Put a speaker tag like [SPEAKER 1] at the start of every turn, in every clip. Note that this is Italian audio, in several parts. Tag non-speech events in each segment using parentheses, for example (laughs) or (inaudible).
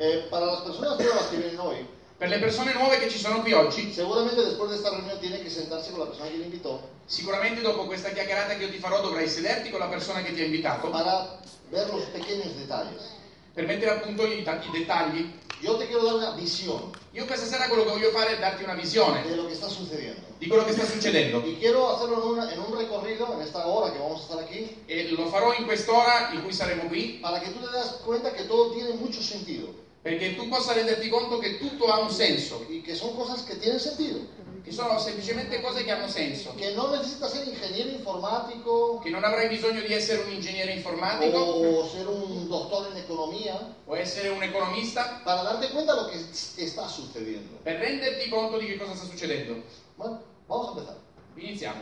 [SPEAKER 1] Eh, para las personas nuevas que vienen hoy,
[SPEAKER 2] Per le persone nuove che ci sono qui oggi,
[SPEAKER 1] seguramente después de esta reunión tienen que sentarse con la persona que le invitó
[SPEAKER 2] sicuramente dopo questa chiacchierata che io ti farò dovrai sederti con la persona che ti ha invitato
[SPEAKER 1] para ver los pequeños detalles.
[SPEAKER 2] per mettere a punto i, i dettagli.
[SPEAKER 1] Yo te quiero dar una visión
[SPEAKER 2] Io questa sera quello che voglio fare è darti una visione
[SPEAKER 1] de lo que está sucediendo.
[SPEAKER 2] di quello che sta succedendo
[SPEAKER 1] Y quiero hacerlo en, una- en un recorrido, en esta hora que vamos a estar aquí,
[SPEAKER 2] e lo farò in quest'ora in cui saremo qui
[SPEAKER 1] para que tú te das cuenta que todo tiene mucho sentido
[SPEAKER 2] perché tu possa renderti conto che tutto ha un senso,
[SPEAKER 1] y que son cosas que tienen sentido.
[SPEAKER 2] che sono semplicemente cose che hanno senso,
[SPEAKER 1] Que no necesitas ser ingeniero informático
[SPEAKER 2] che non avrai bisogno di essere un ingegnere informatico
[SPEAKER 1] o ser un doctor en economía
[SPEAKER 2] o essere un economista
[SPEAKER 1] para darte cuenta de lo que es- está sucediendo.
[SPEAKER 2] per renderti conto di che cosa sta succedendo.
[SPEAKER 1] Bueno, vamos a empezar.
[SPEAKER 2] Iniziamo.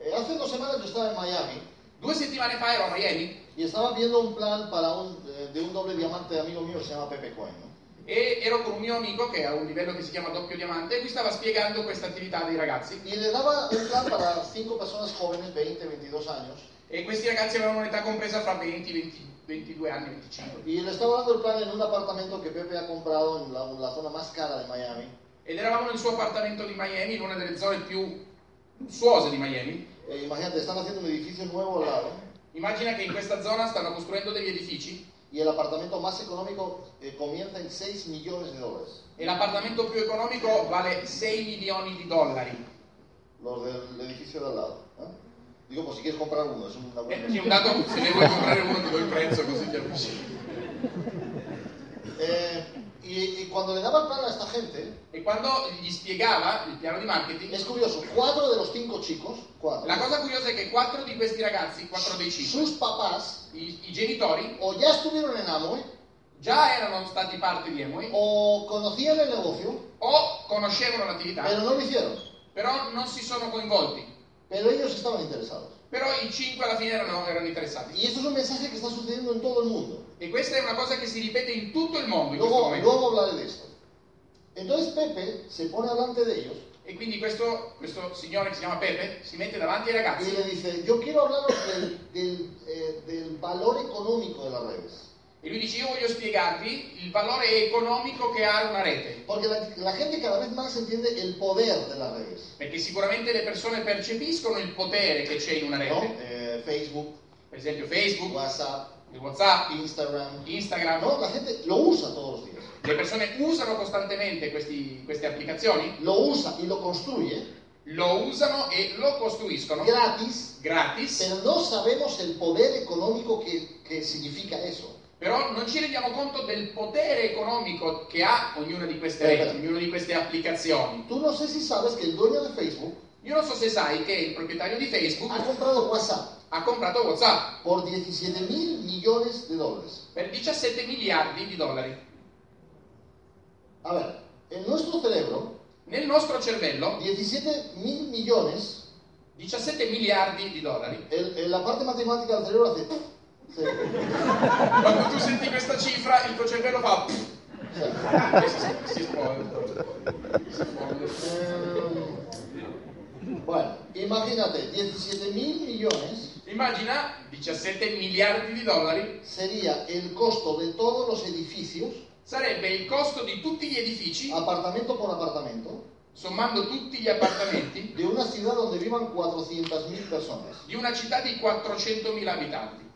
[SPEAKER 1] Eh, hace dos semanas yo estaba en Miami
[SPEAKER 2] Due settimane fa ero a Miami
[SPEAKER 1] y estaba viendo un plan para un, eh, de un doble diamante de amigo mío que se llama Pepe Cohen. ¿no?
[SPEAKER 2] e ero con un mio amico che ha un livello che si chiama doppio diamante e lui stava spiegando questa attività dei ragazzi
[SPEAKER 1] Y le daba un plan para cinco personas jóvenes, 20, 22 años.
[SPEAKER 2] e questi ragazzi avevano un'età compresa fra 20, 20 22 anni, 25
[SPEAKER 1] Y le estaba dando el plan en un apartamento que Pepe ha comprado en la, la zona más cara de Miami.
[SPEAKER 2] ed eravamo nel suo appartamento di Miami in una delle zone più lussuose di Miami.
[SPEAKER 1] Eh, imagínate, están haciendo un edificio nuevo al lado.
[SPEAKER 2] Immagina che in questa zona stanno costruendo degli edifici
[SPEAKER 1] Y el apartamento más económico eh, comienza en 6 millones de dólares.
[SPEAKER 2] e l'appartamento più economico vale 6 milioni di dollari.
[SPEAKER 1] Los del edificio de al lado. ¿eh? Digo, pues si quieres comprar uno, es una buena
[SPEAKER 2] (laughs) Eh, È un dato, se ne vuoi comprare uno ti do il prezzo così capisci.
[SPEAKER 1] Eh, y, y cuando le daba el plan a esta gente,
[SPEAKER 2] E quando gli spiegava il piano di marketing,
[SPEAKER 1] es curioso, cuatro de los cinco chicos, cuatro,
[SPEAKER 2] La cosa curiosa è che quattro di questi ragazzi, quattro dei cinque,
[SPEAKER 1] sus papás
[SPEAKER 2] i, i genitori
[SPEAKER 1] o ya estuvieron en Amway,
[SPEAKER 2] già erano stati parte di Amway
[SPEAKER 1] o conocían el negocio,
[SPEAKER 2] o conoscevano l'attività,
[SPEAKER 1] pero no lo hicieron.
[SPEAKER 2] però non si sono coinvolti.
[SPEAKER 1] Pero ellos estaban interesados.
[SPEAKER 2] Però i cinque alla fine erano, erano interessati.
[SPEAKER 1] Y esto es un mensaje que está sucediendo en todo el mundo.
[SPEAKER 2] E questa è una cosa che si ripete in tutto il mondo in questo
[SPEAKER 1] Luego,
[SPEAKER 2] este momento.
[SPEAKER 1] luego hablaré de esto. Entonces Pepe se pone delante de ellos
[SPEAKER 2] E quindi questo, questo signore che si chiama Pepe si mette davanti ai
[SPEAKER 1] y
[SPEAKER 2] ragazzi
[SPEAKER 1] le dice, yo quiero hablaros del, del, eh, del valor económico de las redes.
[SPEAKER 2] e lui dice io voglio spiegarvi il valore economico che ha una rete.
[SPEAKER 1] Porque la, la gente cada vez más entiende el poder de las redes.
[SPEAKER 2] Perché sicuramente le persone percepiscono il potere che c'è in una
[SPEAKER 1] ¿no?
[SPEAKER 2] rete.
[SPEAKER 1] Eh, Facebook,
[SPEAKER 2] Per esempio Facebook,
[SPEAKER 1] WhatsApp,
[SPEAKER 2] il WhatsApp,
[SPEAKER 1] Instagram.
[SPEAKER 2] Instagram.
[SPEAKER 1] No, la gente lo usa todos los días.
[SPEAKER 2] Le persone usano costantemente questi- queste applicazioni,
[SPEAKER 1] Lo usa y lo construye
[SPEAKER 2] lo usano e lo costruiscono
[SPEAKER 1] gratis,
[SPEAKER 2] gratis,
[SPEAKER 1] pero no sabemos el poder económico que, que significa eso.
[SPEAKER 2] però non ci rendiamo conto del potere economico che ha ognuna di queste
[SPEAKER 1] Eh,
[SPEAKER 2] reti,
[SPEAKER 1] beh.
[SPEAKER 2] ognuna di queste applicazioni.
[SPEAKER 1] Tú no sé si sabes que el dueño de Facebook
[SPEAKER 2] Io non so se sai che il proprietario di
[SPEAKER 1] ha
[SPEAKER 2] Facebook
[SPEAKER 1] comprado WhatsApp
[SPEAKER 2] ha comprato WhatsApp
[SPEAKER 1] por 17 mil millones de dólares.
[SPEAKER 2] per 17 miliardi di dollari.
[SPEAKER 1] A ver, en nuestro cerebro,
[SPEAKER 2] Nel nostro cervello
[SPEAKER 1] 17 mil millones,
[SPEAKER 2] 17 miliardi di dollari.
[SPEAKER 1] el- en la parte matemática del cerebro hace... se-
[SPEAKER 2] Quando tu senti questa cifra il tuo cervello fa... pff,
[SPEAKER 1] o sea,
[SPEAKER 2] e si, si sfonda. Si sfonda.
[SPEAKER 1] Eh, Bueno, imagínate, 17 mil millones
[SPEAKER 2] Immagina 17 miliardi di dollari
[SPEAKER 1] sería el costo de todos los edificios,
[SPEAKER 2] sarebbe il costo di tutti gli edifici,
[SPEAKER 1] apartamento por apartamento,
[SPEAKER 2] sommando tutti gli appartamenti,
[SPEAKER 1] de una ciudad donde vivan 400 mil personas.
[SPEAKER 2] di una città di 400.000 abitanti.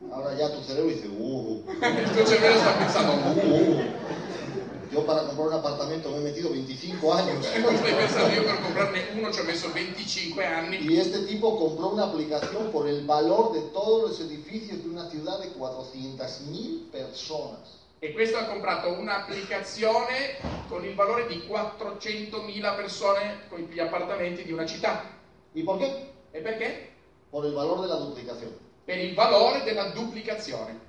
[SPEAKER 2] (laughs)
[SPEAKER 1] Ahora ya tu cerebro dice, uh,
[SPEAKER 2] Il tuo cervello sta pensando,
[SPEAKER 1] uh,
[SPEAKER 2] "Uh,
[SPEAKER 1] uh. yo para comprar un apartamento me he metido 25 años. (laughs)
[SPEAKER 2] stai pensando io per comprarne uno ci ho messo 25 anni
[SPEAKER 1] Y este tipo compró una aplicación por el valor de todos los edificios de una ciudad de 400 mil personas.
[SPEAKER 2] e questo ha comprato un'applicazione con il valore di 400.000 persone con gli appartamenti di una città.
[SPEAKER 1] ¿Y por qué?
[SPEAKER 2] E perché?
[SPEAKER 1] Por el valor de la duplicación.
[SPEAKER 2] Per il valore della duplicazione.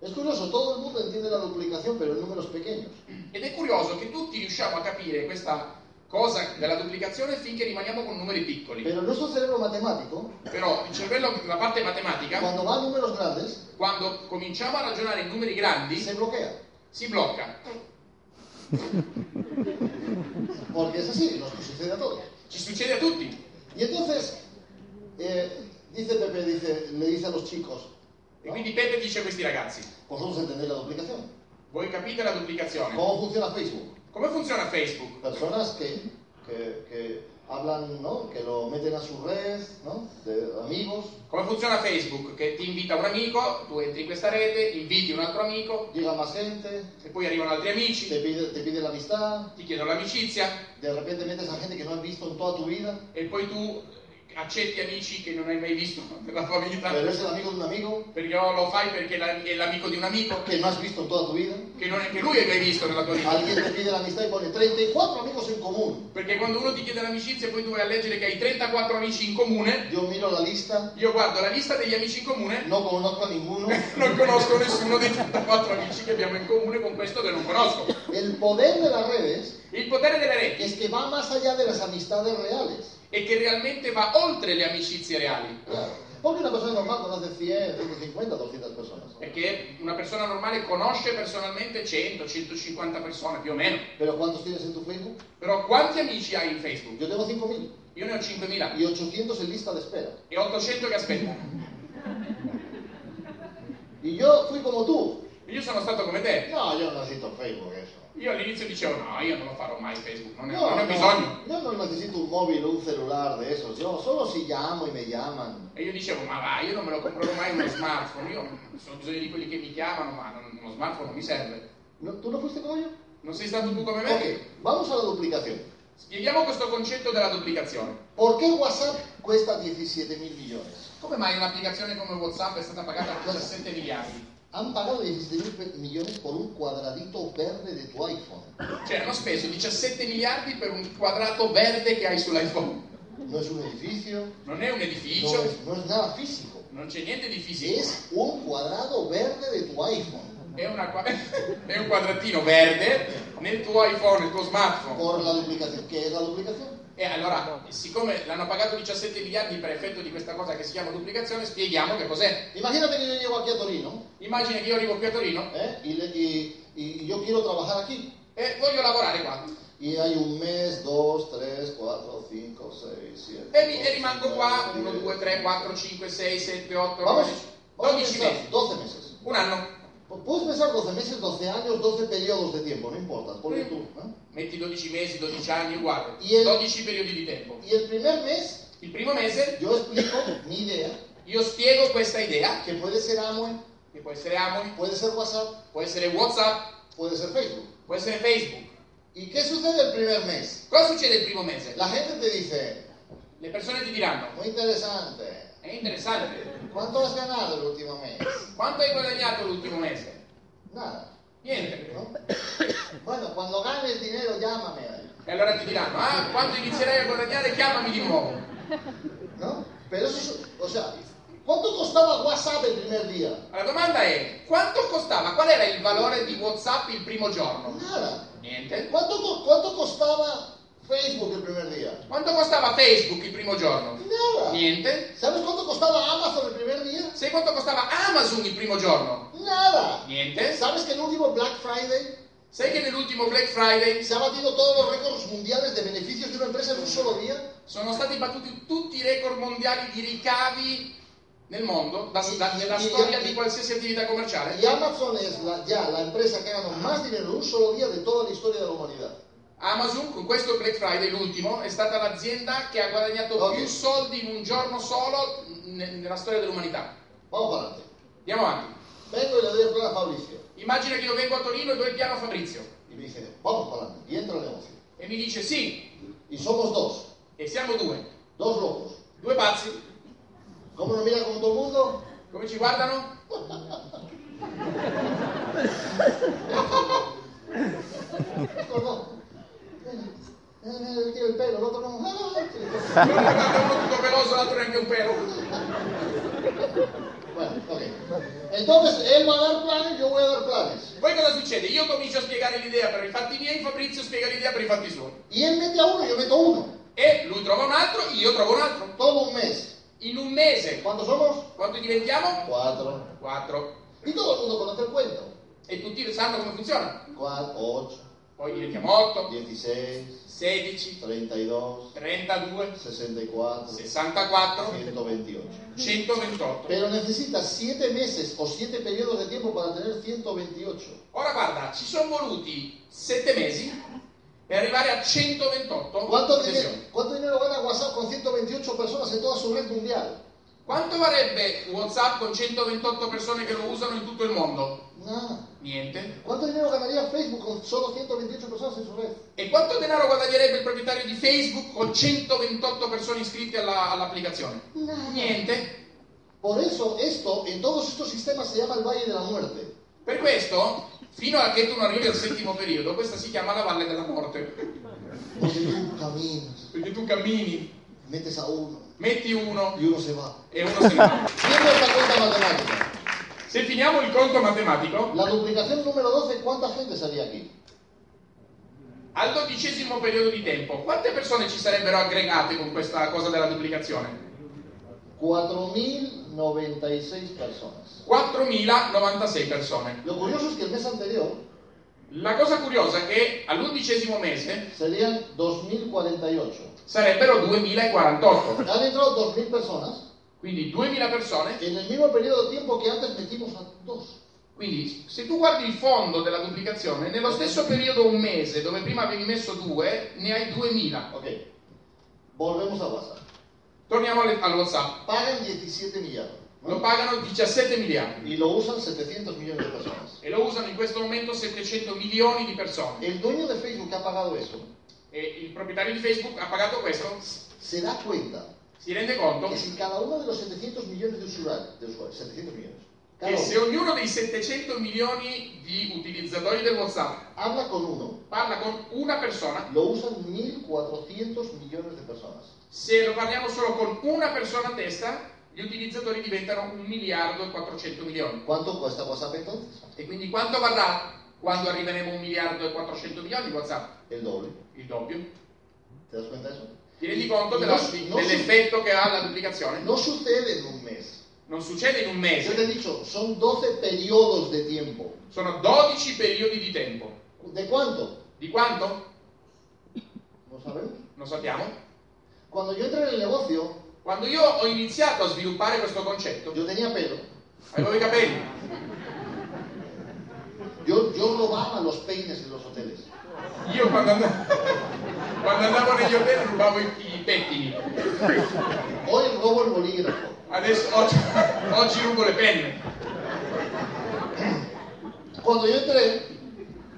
[SPEAKER 1] Es curioso, todo el mundo entiende la duplicación, pero en números pequeños.
[SPEAKER 2] Ed è curioso che tutti riusciamo a capire questa cosa della duplicazione finché rimaniamo con numeri piccoli.
[SPEAKER 1] Pero nuestro cerebro matemático,
[SPEAKER 2] Però il cervello, la parte matematica,
[SPEAKER 1] cuando va a números grandes,
[SPEAKER 2] quando cominciamo a ragionare in numeri grandi,
[SPEAKER 1] se bloquea.
[SPEAKER 2] si blocca.
[SPEAKER 1] Porque es así, nos sucede a todos.
[SPEAKER 2] Ci succede a tutti.
[SPEAKER 1] Y entonces, eh, dice Pepe, dice, le dice a los chicos,
[SPEAKER 2] E quindi Pepe dice a questi ragazzi,
[SPEAKER 1] vosotros entendéis la duplicación.
[SPEAKER 2] Voi capite la duplicazione?
[SPEAKER 1] ¿Cómo funciona Facebook?
[SPEAKER 2] Come funziona Facebook?
[SPEAKER 1] Personas que, que- que hablan, ¿no? Que lo meten a su red, ¿no? De amigos.
[SPEAKER 2] Come funziona Facebook? Che ti invita un amico, tu entri in questa rete, inviti un altro amico
[SPEAKER 1] Llega más gente,
[SPEAKER 2] e poi arrivano altri amici,
[SPEAKER 1] te pide, te pide la amistad,
[SPEAKER 2] ti chiedono l'amicizia
[SPEAKER 1] de repente metes a gente que no has visto en toda tu vida,
[SPEAKER 2] e poi tu accetti amici che non hai mai visto (laughs) nella tua vita.
[SPEAKER 1] pero es el amigo de un amigo
[SPEAKER 2] Perché lo fai perché la- è l'amico di un amico
[SPEAKER 1] que no has visto en toda tu vida.
[SPEAKER 2] che, non è- che lui hai mai visto nella tua vita.
[SPEAKER 1] Alguien te pide la amistad y pone 34 amigos en común.
[SPEAKER 2] Perché quando uno ti chiede l'amicizia e poi tu vai a leggere che hai 34 amici in comune,
[SPEAKER 1] Yo miro la lista,
[SPEAKER 2] io guardo la lista degli amici in comune,
[SPEAKER 1] no conozco a ninguno.
[SPEAKER 2] non conosco nessuno dei 34 amici che abbiamo in comune con questo che non conosco.
[SPEAKER 1] El poder de las redes
[SPEAKER 2] Il potere delle reti
[SPEAKER 1] es que va más allá de las amistades reales.
[SPEAKER 2] è che realmente va oltre le amicizie reali.
[SPEAKER 1] Claro. Porque una persona normal conoce 100, 150, 200 personas.
[SPEAKER 2] Perché una persona normale conosce personalmente 100, 150 persone più o meno.
[SPEAKER 1] Pero ¿cuántos tienes en tu Facebook?
[SPEAKER 2] Pero quanti amici hai in Facebook?
[SPEAKER 1] Yo tengo 5.000
[SPEAKER 2] Io ne ho 5.000
[SPEAKER 1] y 800 en lista de espera.
[SPEAKER 2] e 800 che aspettano.
[SPEAKER 1] Y yo fui como tú.
[SPEAKER 2] Io sono stato come te.
[SPEAKER 1] No, yo no necesito Facebook eso.
[SPEAKER 2] Io all'inizio dicevo no, io non lo farò mai Facebook, non ne,
[SPEAKER 1] No,
[SPEAKER 2] non ne ho bisogno.
[SPEAKER 1] no, yo no necesito un móvil o un celular de esos. Yo solo si llamo y me llaman.
[SPEAKER 2] E io dicevo ma va, io non me lo comprerò mai uno smartphone, io ho bisogno di quelli che mi chiamano, ma non- uno smartphone non mi serve.
[SPEAKER 1] ¿No- ¿Tú no fuiste como yo?
[SPEAKER 2] Non sei stato tu come me?
[SPEAKER 1] Ok, vamos a la duplicación.
[SPEAKER 2] Spieghiamo questo concetto della duplicazione.
[SPEAKER 1] ¿Por qué WhatsApp cuesta 17 mil millones?
[SPEAKER 2] Come mai un'applicazione come WhatsApp è stata pagata 17 miliardi?
[SPEAKER 1] Han pagado 17 mil millones por un cuadradito verde de tu iPhone.
[SPEAKER 2] Cioè, hanno speso 17 miliardi per un quadrato verde che hai sull'iPhone.
[SPEAKER 1] No es un edificio,
[SPEAKER 2] Non è un
[SPEAKER 1] no
[SPEAKER 2] edificio,
[SPEAKER 1] es, no es nada físico.
[SPEAKER 2] non c'è niente di fisico.
[SPEAKER 1] Es un cuadrado verde de tu iPhone.
[SPEAKER 2] È, una qua- (laughs) è un quadratino verde nel tuo iPhone, nel tuo smartphone.
[SPEAKER 1] Por la duplicación. ¿Qué es la duplicación?
[SPEAKER 2] E allora, siccome l'hanno pagato 17 miliardi per effetto di questa cosa che si chiama duplicazione, spieghiamo che cos'è.
[SPEAKER 1] Imagínate que yo llego aquí a Torino
[SPEAKER 2] Immagina che io arrivo qui a Torino
[SPEAKER 1] ¿eh? y, le- y- y yo quiero trabajar aquí.
[SPEAKER 2] e voglio lavorare qua.
[SPEAKER 1] Y hay un mes, dos, tres, cuatro, cinco, seis, siete.
[SPEAKER 2] E, mi- e
[SPEAKER 1] ocho,
[SPEAKER 2] rimango qua
[SPEAKER 1] nueve,
[SPEAKER 2] 1,
[SPEAKER 1] diez.
[SPEAKER 2] 2, 3, 4, 5, 6, 7, 8,
[SPEAKER 1] Vamos,
[SPEAKER 2] 9,
[SPEAKER 1] vamos a
[SPEAKER 2] 12
[SPEAKER 1] pensar,
[SPEAKER 2] mesi.
[SPEAKER 1] 12 meses.
[SPEAKER 2] Un anno.
[SPEAKER 1] Pues Puedes pensar 12 meses, 12 años, 12 periodos de tiempo, no importa, ponle
[SPEAKER 2] Mm.
[SPEAKER 1] tú. ¿eh?
[SPEAKER 2] Metti 12 mesi, 12 anni, uguale.
[SPEAKER 1] Io-
[SPEAKER 2] 12 periodi di tempo.
[SPEAKER 1] Y el primer mes,
[SPEAKER 2] Il primo mese
[SPEAKER 1] yo explico mi idea,
[SPEAKER 2] io spiego questa idea,
[SPEAKER 1] que puede ser Amway,
[SPEAKER 2] che può essere Amway,
[SPEAKER 1] puede ser WhatsApp,
[SPEAKER 2] può essere WhatsApp,
[SPEAKER 1] puede ser Facebook.
[SPEAKER 2] può essere Facebook.
[SPEAKER 1] ¿Y qué sucede el primer mes?
[SPEAKER 2] Cosa succede il primo mese?
[SPEAKER 1] La gente te dice,
[SPEAKER 2] Le persone ti diranno,
[SPEAKER 1] muy interesante,
[SPEAKER 2] è interessante,
[SPEAKER 1] ¿cuánto has ganado el último mes?
[SPEAKER 2] quanto hai guadagnato l'ultimo mese?
[SPEAKER 1] Nada,
[SPEAKER 2] Niente.
[SPEAKER 1] ¿no? (coughs) Bueno, cuando ganes dinero, llámame,
[SPEAKER 2] E allora ti diranno, ah, quando inizierai a guadagnare chiamami di nuovo.
[SPEAKER 1] ¿no? Pero eso es, o sea, ¿cuánto costaba WhatsApp el primer día?
[SPEAKER 2] La domanda è, quanto costava? Qual era il valore di WhatsApp il primo giorno?
[SPEAKER 1] Nada.
[SPEAKER 2] Niente.
[SPEAKER 1] ¿Cuánto, co- cuánto costaba Facebook el primer día?
[SPEAKER 2] Quanto costava Facebook il primo giorno?
[SPEAKER 1] Nada.
[SPEAKER 2] Niente.
[SPEAKER 1] ¿Sabes cuánto costaba Amazon el primer día?
[SPEAKER 2] Sai quanto costava Amazon il primo giorno?
[SPEAKER 1] Nada.
[SPEAKER 2] Niente.
[SPEAKER 1] ¿Sabes que el último Black Friday
[SPEAKER 2] Sai che nell'ultimo Black Friday
[SPEAKER 1] se han batido todos los récords mundiales de beneficios de una empresa en un solo día?
[SPEAKER 2] sono stati battuti tutti i record mondiali di ricavi nel mondo, da, da- nella storia di qualsiasi attività commerciale?
[SPEAKER 1] Y Amazon es la- ya la empresa que ha ganado más dinero en un solo día de toda la historia de la humanidad.
[SPEAKER 2] Amazon, con questo Black Friday, l'ultimo, è stata l'azienda che ha guadagnato
[SPEAKER 1] Ok.
[SPEAKER 2] più soldi in un giorno solo ne- nella storia dell'umanità.
[SPEAKER 1] Vamos para adelante.
[SPEAKER 2] Andiamo avanti.
[SPEAKER 1] Vengo y le doy el plan a Fabricio.
[SPEAKER 2] Immagina che io vengo a Torino e do il piano a Fabrizio
[SPEAKER 1] Y me dice, vamos para adelante. Y entra el negocio.
[SPEAKER 2] e mi dice sì,
[SPEAKER 1] Y somos dos.
[SPEAKER 2] e siamo due,
[SPEAKER 1] Dos locos.
[SPEAKER 2] due pazzi,
[SPEAKER 1] ¿Cómo nos mira como todo el mundo?
[SPEAKER 2] come ci guardano?
[SPEAKER 1] Los dos. Mira, mira, él tiene eh, el pelo, el otro no. Ah,
[SPEAKER 2] Uno guarda uno tutto peloso, l'altro neanche un pelo.
[SPEAKER 1] Bueno, ok. Entonces, él va a dar planes, yo voy a dar planes.
[SPEAKER 2] Poi cosa succede? Io comincio a spiegare l'idea per i fatti miei, Fabrizio spiega l'idea per i fatti suoi.
[SPEAKER 1] Y él mete a uno, yo meto uno.
[SPEAKER 2] E lui trova un altro, io trovo un altro.
[SPEAKER 1] Todo un mes.
[SPEAKER 2] In un mese,
[SPEAKER 1] ¿Cuántos somos?
[SPEAKER 2] quanto diventiamo?
[SPEAKER 1] Cuatro.
[SPEAKER 2] Quattro.
[SPEAKER 1] Y todo el mundo conoce el cuento.
[SPEAKER 2] E tutti sanno come funziona.
[SPEAKER 1] Cuatro, ocho,
[SPEAKER 2] poi ne chiamo 8,
[SPEAKER 1] 16,
[SPEAKER 2] 16,
[SPEAKER 1] 32,
[SPEAKER 2] 32,
[SPEAKER 1] 64,
[SPEAKER 2] 64,
[SPEAKER 1] 128.
[SPEAKER 2] 128.
[SPEAKER 1] Pero necesitas 7 meses o 7 periodos de tiempo para tener 128.
[SPEAKER 2] Ora guarda, ci sono voluti 7 mesi per arrivare a 128
[SPEAKER 1] ¿Cuánto,
[SPEAKER 2] professioni.
[SPEAKER 1] dinero- cuánto dinero gana WhatsApp con 128 personas en toda su red mundial?
[SPEAKER 2] Quanto varrebbe WhatsApp con 128 persone che lo usano in tutto il mondo?
[SPEAKER 1] Nada.
[SPEAKER 2] Niente.
[SPEAKER 1] ¿Cuánto dinero ganaría Facebook con solo 128 personas en su red?
[SPEAKER 2] E quanto denaro guadagnerebbe il proprietario di Facebook con 128 persone iscritte alla- all'applicazione? Niente.
[SPEAKER 1] Por eso esto, en todos estos sistemas se llama el Valle de la Muerte.
[SPEAKER 2] Per questo, fino a che tu non arrivi al settimo periodo, questa si chiama la valle della morte.
[SPEAKER 1] Porque tú caminas,
[SPEAKER 2] Perché tu cammini,
[SPEAKER 1] metes a uno
[SPEAKER 2] metti uno
[SPEAKER 1] y uno se va.
[SPEAKER 2] e uno se ne va.
[SPEAKER 1] Viendo esta cuenta matemática,
[SPEAKER 2] Se finiamo il conto matematico,
[SPEAKER 1] la duplicación número 12, ¿cuánta gente salía aquí?
[SPEAKER 2] al dodicesimo periodo di tempo, quante persone ci sarebbero aggregate con questa cosa della duplicazione?
[SPEAKER 1] 4.096 personas.
[SPEAKER 2] 4.096 persone.
[SPEAKER 1] Lo curioso es que el mes anterior
[SPEAKER 2] La cosa curiosa è che all'undicesimo mese
[SPEAKER 1] serían 2.048.
[SPEAKER 2] sarebbero 2048,
[SPEAKER 1] Han entrado 2.000 personas
[SPEAKER 2] quindi 2000 persone.
[SPEAKER 1] en el mismo periodo de tiempo que antes metimos a dos.
[SPEAKER 2] Quindi se tu guardi il fondo della duplicazione, nello stesso periodo un mese dove prima avevi messo 2, ne hai 2000.
[SPEAKER 1] Ok, volvemos a WhatsApp.
[SPEAKER 2] Torniamo alle- al WhatsApp.
[SPEAKER 1] Pagan 17 millardos ¿no?
[SPEAKER 2] Lo pagano 17 miliardi
[SPEAKER 1] y lo usan 700 millones de personas.
[SPEAKER 2] e lo usano in questo momento 700 milioni di persone.
[SPEAKER 1] El dueño de Facebook que ha pagado eso
[SPEAKER 2] E il proprietario di Facebook ha pagato questo,
[SPEAKER 1] se da cuenta
[SPEAKER 2] si rende conto
[SPEAKER 1] que si cada uno de los 700 millones de usuarios, de usuarios 700 millones, cada
[SPEAKER 2] che se
[SPEAKER 1] uno
[SPEAKER 2] ognuno dei 700 milioni di utilizzatori del WhatsApp
[SPEAKER 1] habla con uno,
[SPEAKER 2] parla con una persona,
[SPEAKER 1] lo usan 1.400 millones de personas.
[SPEAKER 2] Se lo parliamo solo con una persona a testa, gli utilizzatori diventano 1 miliardo e 400 milioni.
[SPEAKER 1] ¿Cuánto cuesta WhatsApp entonces?
[SPEAKER 2] E quindi quanto varrà quando arriveremo a 1 miliardo e 400 milioni WhatsApp?
[SPEAKER 1] El doble.
[SPEAKER 2] Il doppio.
[SPEAKER 1] ¿Te das cuenta de eso?
[SPEAKER 2] Ti rendi conto
[SPEAKER 1] No,
[SPEAKER 2] della-
[SPEAKER 1] no,
[SPEAKER 2] dell'effetto che ha la duplicazione?
[SPEAKER 1] No sucede en un mes.
[SPEAKER 2] Non succede in un
[SPEAKER 1] Yo te
[SPEAKER 2] mese,
[SPEAKER 1] he dicho, son 12 periodos de tiempo.
[SPEAKER 2] sono 12 periodi di tempo.
[SPEAKER 1] ¿De cuánto?
[SPEAKER 2] Di quanto?
[SPEAKER 1] No sabemos.
[SPEAKER 2] Non sappiamo.
[SPEAKER 1] Cuando yo entré en el negocio,
[SPEAKER 2] Quando io ho iniziato a sviluppare questo concetto,
[SPEAKER 1] yo tenía pelo.
[SPEAKER 2] avevo i capelli,
[SPEAKER 1] Yo, yo robaba los peines en los hoteles.
[SPEAKER 2] io quando andavo, (laughs) quando andavo negli hotel rubavo i, i pettini.
[SPEAKER 1] Hoy robo el bolígrafo.
[SPEAKER 2] Adesso oggi, (laughs) oggi rubo le penne.
[SPEAKER 1] Cuando yo entré,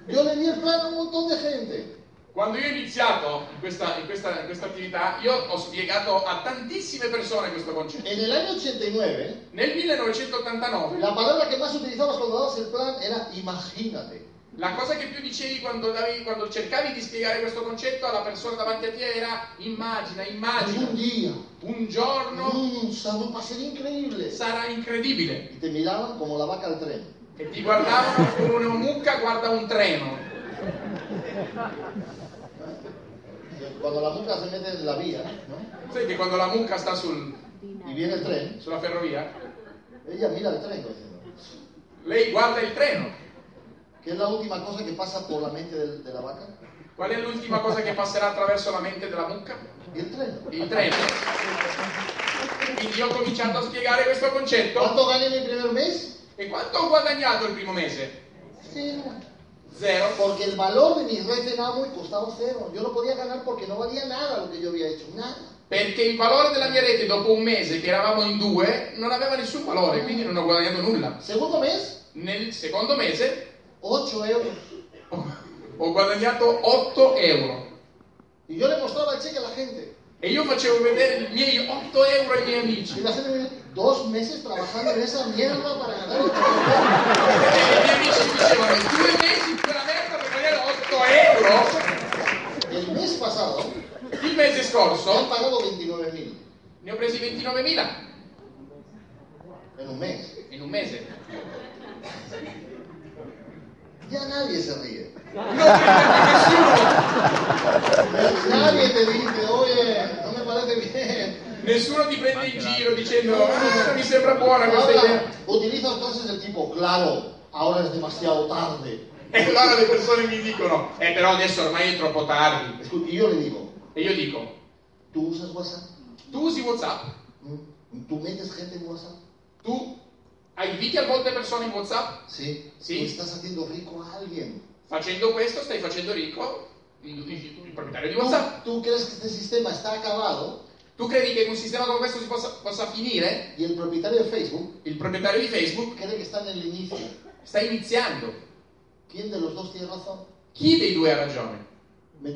[SPEAKER 1] yo le di el plan a un montón de gente.
[SPEAKER 2] Quando io ho iniziato in questa, in questa- in questa attività, io ho spiegato a tantissime persone questo concetto.
[SPEAKER 1] En el año 89,
[SPEAKER 2] Nel 1989,
[SPEAKER 1] la palabra que más utilizabas cuando dabas el plan era imagínate.
[SPEAKER 2] la cosa che più dicevi quando, davi- quando cercavi di spiegare questo concetto alla persona davanti a te era immagina,
[SPEAKER 1] Un
[SPEAKER 2] immagina,
[SPEAKER 1] día,
[SPEAKER 2] un giorno
[SPEAKER 1] mm, sa- va a ser increíble.
[SPEAKER 2] sarà incredibile.
[SPEAKER 1] Y te miraban como la vaca al tren.
[SPEAKER 2] E ti guardavano come una mucca guarda un treno.
[SPEAKER 1] Cuando la muca se mete en la vía ¿no?
[SPEAKER 2] Sai che quando la mucca sta sul-
[SPEAKER 1] y viene el tren,
[SPEAKER 2] sulla ferrovia,
[SPEAKER 1] ella mira el tren. diciendo,
[SPEAKER 2] lei guarda il treno.
[SPEAKER 1] ¿Qué es la última cosa que pasa por la mente del- de la vaca?
[SPEAKER 2] Qual è l'ultima cosa che passerà attraverso la mente della mucca?
[SPEAKER 1] El tren.
[SPEAKER 2] il treno. Quindi io ho cominciato a spiegare questo concetto
[SPEAKER 1] ¿Cuánto gané mi primer mes?
[SPEAKER 2] e quanto ho guadagnato il primo mese?
[SPEAKER 1] Cero.
[SPEAKER 2] Zero.
[SPEAKER 1] Porque el valor de mi red en Amway costaba cero. Yo no podía ganar porque no valía nada lo que yo había hecho. Nada.
[SPEAKER 2] Perché il valore della mia rete dopo un mese che eravamo in due non aveva nessun valore, quindi non ho guadagnato nulla.
[SPEAKER 1] Segundo mes,
[SPEAKER 2] Nel secondo mese
[SPEAKER 1] 8 euros.
[SPEAKER 2] ho ho guadagnato 8 euro
[SPEAKER 1] Y yo le mostraba el cheque a la gente.
[SPEAKER 2] e io facevo vedere i miei 8 euro ai miei amici.
[SPEAKER 1] Y
[SPEAKER 2] E
[SPEAKER 1] la gente me dice, dos meses trabajando en esa mierda para ganar 8 euros.
[SPEAKER 2] i miei amici mi dicevano due mesi in quella merda per guadagnare 8 euro.
[SPEAKER 1] El mes pasado
[SPEAKER 2] Il mese
[SPEAKER 1] me han
[SPEAKER 2] scorso
[SPEAKER 1] pagado 29 mil
[SPEAKER 2] ne ho presi 29.000
[SPEAKER 1] en un mes.
[SPEAKER 2] in un mese.
[SPEAKER 1] Ya nadie se ríe.
[SPEAKER 2] Non c'è
[SPEAKER 1] Nadie te dice, oye, no me parece bien.
[SPEAKER 2] nessuno. Nessuno ti prende in giro dicendo ah, mi sembra buona questa
[SPEAKER 1] Ahora
[SPEAKER 2] idea.
[SPEAKER 1] utilizo entonces el tipo, claro, ahora es demasiado tarde.
[SPEAKER 2] E allora le persone mi dicono, eh però adesso ormai è troppo tardi.
[SPEAKER 1] Escuti, yo le digo,
[SPEAKER 2] E io dico,
[SPEAKER 1] ¿tú usas WhatsApp?
[SPEAKER 2] tu usi WhatsApp,
[SPEAKER 1] ¿Mm? ¿Tú metes gente en WhatsApp?
[SPEAKER 2] tu hai inviti a molte persone in WhatsApp,
[SPEAKER 1] Sí.
[SPEAKER 2] Sí.
[SPEAKER 1] Tú estás haciendo rico a alguien.
[SPEAKER 2] facendo questo stai facendo ricco il, il- il proprietario di
[SPEAKER 1] ¿Tú,
[SPEAKER 2] WhatsApp.
[SPEAKER 1] tú crees que este sistema está acabado
[SPEAKER 2] Tu credi che un sistema come questo si possa, possa finire?
[SPEAKER 1] y el propietario de Facebook
[SPEAKER 2] Il proprietario di Facebook
[SPEAKER 1] cree que está en el inicio?
[SPEAKER 2] sta iniziando.
[SPEAKER 1] ¿Quién de los dos tiene razón?
[SPEAKER 2] Chi dei due ha ragione?
[SPEAKER 1] ¿Me-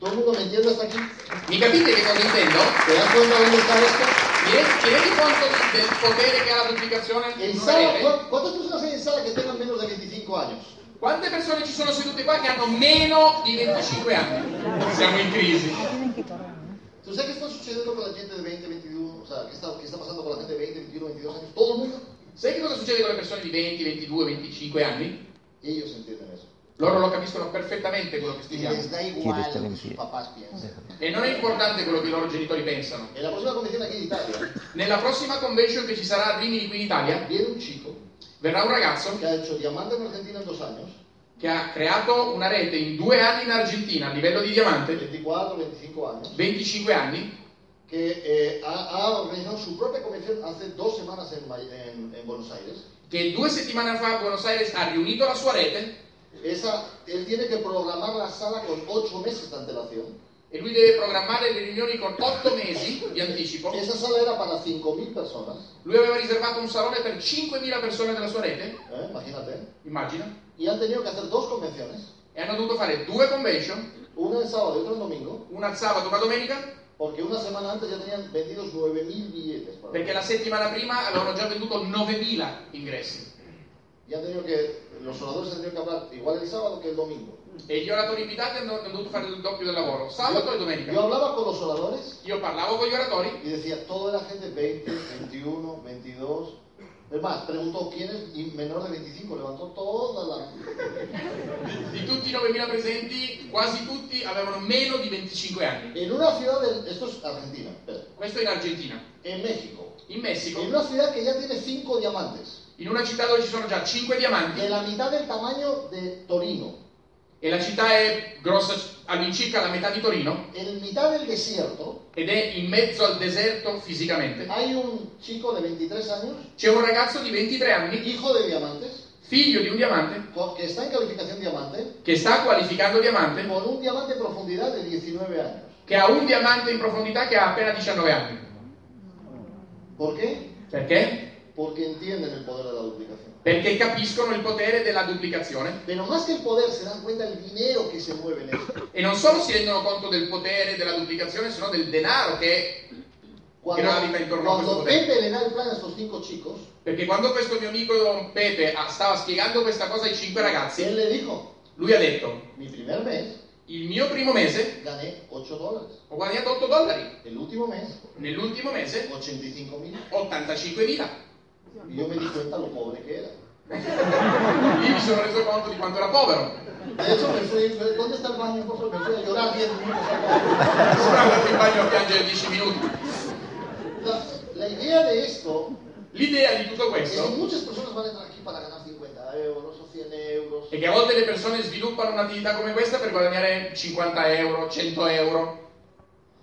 [SPEAKER 1] ¿Todo el mundo me entiende hasta aquí?
[SPEAKER 2] Mi capite che cosa intendo?
[SPEAKER 1] ¿Te das cuenta dónde está esto?
[SPEAKER 2] Ti rendi, ti rendi conto del potere che ha la pubblicazione?
[SPEAKER 1] En
[SPEAKER 2] in una
[SPEAKER 1] sala,
[SPEAKER 2] rete?
[SPEAKER 1] ¿cu- ¿Cuántas personas hay en sala que tengan menos de 25 años?
[SPEAKER 2] Quante persone ci sono sedute qua che hanno meno di 25 anni? Siamo in crisi.
[SPEAKER 1] ¿Tú sabes qué está sucediendo con la gente de 20, 21? O sea, ¿qué está, qué está pasando con la gente de 20, 21, 22 años? Todo el mundo.
[SPEAKER 2] Sai che cosa succede con le persone di 20, 22, 25 anni?
[SPEAKER 1] Ellos entienden eso.
[SPEAKER 2] Loro lo capiscono perfettamente quello che
[SPEAKER 1] Y
[SPEAKER 2] studiamo.
[SPEAKER 1] les da igual lo que sus papás piensan.
[SPEAKER 2] E non è importante quello che i loro genitori pensano.
[SPEAKER 1] En la próxima convención aquí en Italia,
[SPEAKER 2] Nella prossima convention che ci sarà a Rimini qui in Italia,
[SPEAKER 1] viene un chico
[SPEAKER 2] verrà un ragazzo
[SPEAKER 1] que ha hecho diamante en Argentina en dos años,
[SPEAKER 2] che ha creato una rete in due anni in Argentina a livello di diamante,
[SPEAKER 1] 24, 25 años,
[SPEAKER 2] 25 anni,
[SPEAKER 1] que eh, ha, ha organizado su propia convención hace dos semanas en, Ma- en- en Buenos Aires.
[SPEAKER 2] che due settimane fa a Buenos Aires ha riunito la sua rete
[SPEAKER 1] Esa, él tiene que programar la sala con ocho meses de antelación.
[SPEAKER 2] e lui deve programmare le riunioni con 8 mesi di anticipo.
[SPEAKER 1] Esa sala era para 5.000 personas,
[SPEAKER 2] Lui aveva riservato un salone per 5.000 persone della sua rete,
[SPEAKER 1] ¿eh? imagínate,
[SPEAKER 2] immagino,
[SPEAKER 1] y han tenido que hacer dos convenciones,
[SPEAKER 2] e hanno dovuto fare due convention,
[SPEAKER 1] una el sábado y otra el domingo,
[SPEAKER 2] una il sabato e una domenica,
[SPEAKER 1] porque una semana antes ya tenían vendidos 9.000 billetes. para-
[SPEAKER 2] perché la settimana prima avevano già venduto 9.000 ingressi.
[SPEAKER 1] Y han tenido que, los oradores han tenido que hablar igual el sábado que el domingo.
[SPEAKER 2] E gli oratori invitati hanno, hanno dovuto fare il doppio del lavoro, sabato e
[SPEAKER 1] Yo
[SPEAKER 2] domenica.
[SPEAKER 1] hablaba con los oradores
[SPEAKER 2] Io parlavo con gli oratori
[SPEAKER 1] y decía, toda la gente 20, 21, 22. Es más, preguntó quién es y menor de 25, levantó toda la...
[SPEAKER 2] di tutti i 9.000 presenti, quasi tutti avevano meno di 25 anni.
[SPEAKER 1] En una ciudad, de- esto es Argentina, espera,
[SPEAKER 2] Questo in Argentina.
[SPEAKER 1] en México,
[SPEAKER 2] In
[SPEAKER 1] en
[SPEAKER 2] Messico,
[SPEAKER 1] una ciudad que ya tiene 5 diamantes,
[SPEAKER 2] in una città dove ci sono già 5 diamanti,
[SPEAKER 1] de la mitad del tamaño de Torino,
[SPEAKER 2] e la città è grossa all'incirca la metà di Torino,
[SPEAKER 1] en mitad del desierto,
[SPEAKER 2] ed è in mezzo al deserto fisicamente.
[SPEAKER 1] hay un chico de 23 años,
[SPEAKER 2] C'è un ragazzo di 23 anni,
[SPEAKER 1] hijo de diamantes,
[SPEAKER 2] figlio di un diamante,
[SPEAKER 1] con- que está en calificación diamante,
[SPEAKER 2] che sta qualificando diamante,
[SPEAKER 1] con un diamante en profundidad de 19 años.
[SPEAKER 2] che ha un diamante in profondità che ha appena 19 anni.
[SPEAKER 1] ¿Por qué?
[SPEAKER 2] Perché?
[SPEAKER 1] Porque entienden el poder de la duplicación.
[SPEAKER 2] Perché capiscono il potere della duplicazione
[SPEAKER 1] Pero más que el poder, se dan cuenta del dinero que se mueve en esto.
[SPEAKER 2] e non solo si rendono conto del potere della duplicazione, sino del denaro che
[SPEAKER 1] Cuando,
[SPEAKER 2] Gran inventor, ¿no?
[SPEAKER 1] cuando
[SPEAKER 2] Ese poder.
[SPEAKER 1] Pepe le da el plan a estos cinco chicos,
[SPEAKER 2] perché quando questo mio amico Pepe ah, stava spiegando questa cosa ai cinque ragazzi,
[SPEAKER 1] él le dijo,
[SPEAKER 2] lui ha detto:
[SPEAKER 1] mi primer mes
[SPEAKER 2] "Il mio primo mese
[SPEAKER 1] gané 8 dólares,
[SPEAKER 2] ho guadagnato 8 dollari,
[SPEAKER 1] el último mes
[SPEAKER 2] nell'ultimo mese
[SPEAKER 1] 85 mil.
[SPEAKER 2] 85.000".
[SPEAKER 1] Y yo me di cuenta lo pobre que era.
[SPEAKER 2] Lì mi sono reso conto di quanto era povero.
[SPEAKER 1] De hecho, me fui, me- ¿dónde está el baño? Por favor, me fui a llorar 10 minutos. al baño.
[SPEAKER 2] Sono andato in bagno a piangere 10 minuti.
[SPEAKER 1] La, la idea de esto
[SPEAKER 2] L'idea di tutto
[SPEAKER 1] es que
[SPEAKER 2] questo
[SPEAKER 1] muchas personas van a entrar aquí para ganar 50 euros o 100 euros.
[SPEAKER 2] è che a volte le persone sviluppano un'attività come questa per guadagnare 50 euro, 100 euro.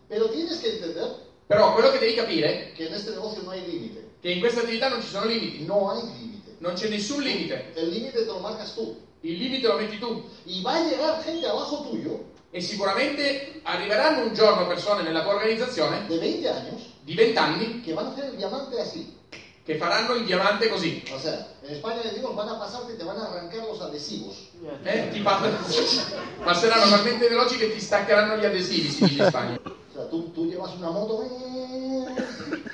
[SPEAKER 1] Pero tienes que entender
[SPEAKER 2] Però quello che devi capire
[SPEAKER 1] que en este negocio no hay límite.
[SPEAKER 2] è che in questa attività non ci sono limiti.
[SPEAKER 1] No hay límite.
[SPEAKER 2] Non c'è nessun limite.
[SPEAKER 1] El límite te lo marcas tú.
[SPEAKER 2] Il limite lo metti tu.
[SPEAKER 1] Y va a llegar gente abajo tuyo,
[SPEAKER 2] E sicuramente arriveranno un giorno persone nella tua organizzazione
[SPEAKER 1] de 20 años,
[SPEAKER 2] di 20 anni
[SPEAKER 1] que van a hacer el diamante así.
[SPEAKER 2] che faranno il diamante così.
[SPEAKER 1] O sea, en España decimos van a pasarte y te van a arrancar los adhesivos.
[SPEAKER 2] Eh, ti pa- (laughs) passeranno talmente veloci che ti staccheranno gli adesivi, si dice in Spagna.
[SPEAKER 1] O sea, tú, tú llevas una moto eh,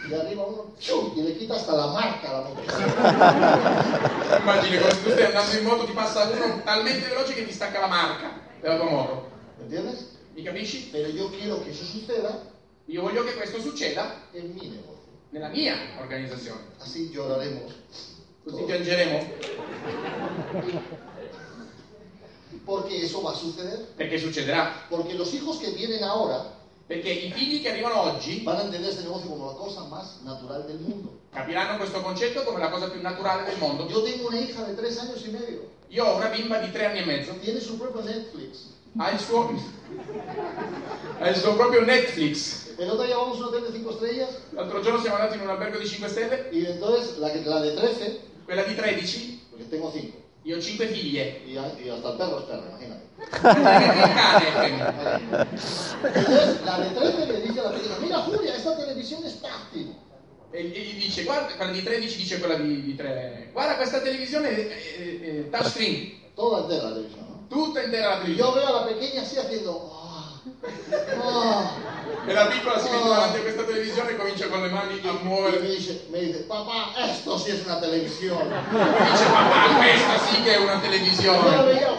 [SPEAKER 1] y arriba uno ¡chu! y le quita hasta la marca a la moto.
[SPEAKER 2] Immagini come se tu stai andando in moto ti passa uno talmente veloce che ti stacca la marca della tua moto.
[SPEAKER 1] ¿Me entiendes?
[SPEAKER 2] Mi capisci?
[SPEAKER 1] Pero yo quiero que eso suceda
[SPEAKER 2] Io voglio che questo succeda
[SPEAKER 1] en mi negocio.
[SPEAKER 2] nella mia organizzazione.
[SPEAKER 1] Así lloraremos.
[SPEAKER 2] Tutti piangeremo
[SPEAKER 1] Porque eso va a suceder.
[SPEAKER 2] perché succederà.
[SPEAKER 1] Porque los hijos que vienen ahora
[SPEAKER 2] Perché i figli che arrivano oggi
[SPEAKER 1] van a entender este negocio como la cosa más natural del mundo.
[SPEAKER 2] capiranno questo concetto come la cosa più naturale del mondo.
[SPEAKER 1] Yo tengo una hija de tres años y medio.
[SPEAKER 2] Io ho una bimba di tre anni e mezzo,
[SPEAKER 1] Tiene su propio Netflix.
[SPEAKER 2] ha il suo, ha il suo proprio Netflix.
[SPEAKER 1] El otro día vamos a un hotel de 5 estrellas
[SPEAKER 2] L'altro giorno siamo andati in un albergo di 5 stelle,
[SPEAKER 1] y entonces la, que- la de 13,
[SPEAKER 2] quella di 13,
[SPEAKER 1] porque tengo 5,
[SPEAKER 2] io ho 5
[SPEAKER 1] (laughs)
[SPEAKER 2] figlie.
[SPEAKER 1] y, a- y hasta el perro es perro, imagínate.
[SPEAKER 2] Il cane.
[SPEAKER 1] Entonces la de 13 le dice a la pequeña, mira Julia, esta televisión es táctil.
[SPEAKER 2] E gli gli dice, guarda, quella di 13 dice quella di, di 3. Guarda questa televisione è, è- è touchscreen,
[SPEAKER 1] Toda entera la televisión, ¿no?
[SPEAKER 2] tutta intera la
[SPEAKER 1] Y
[SPEAKER 2] televisione.
[SPEAKER 1] yo veo a la pequeña así haciendo, "Ah, ah".
[SPEAKER 2] E la piccola si mette davanti a questa televisione e comincia con le mani a
[SPEAKER 1] y me
[SPEAKER 2] muovere.
[SPEAKER 1] dice, me dice, papá, esto sí es una televisión.
[SPEAKER 2] Dice, papà, questa sì che è una
[SPEAKER 1] Yo la
[SPEAKER 2] televisione.
[SPEAKER 1] veía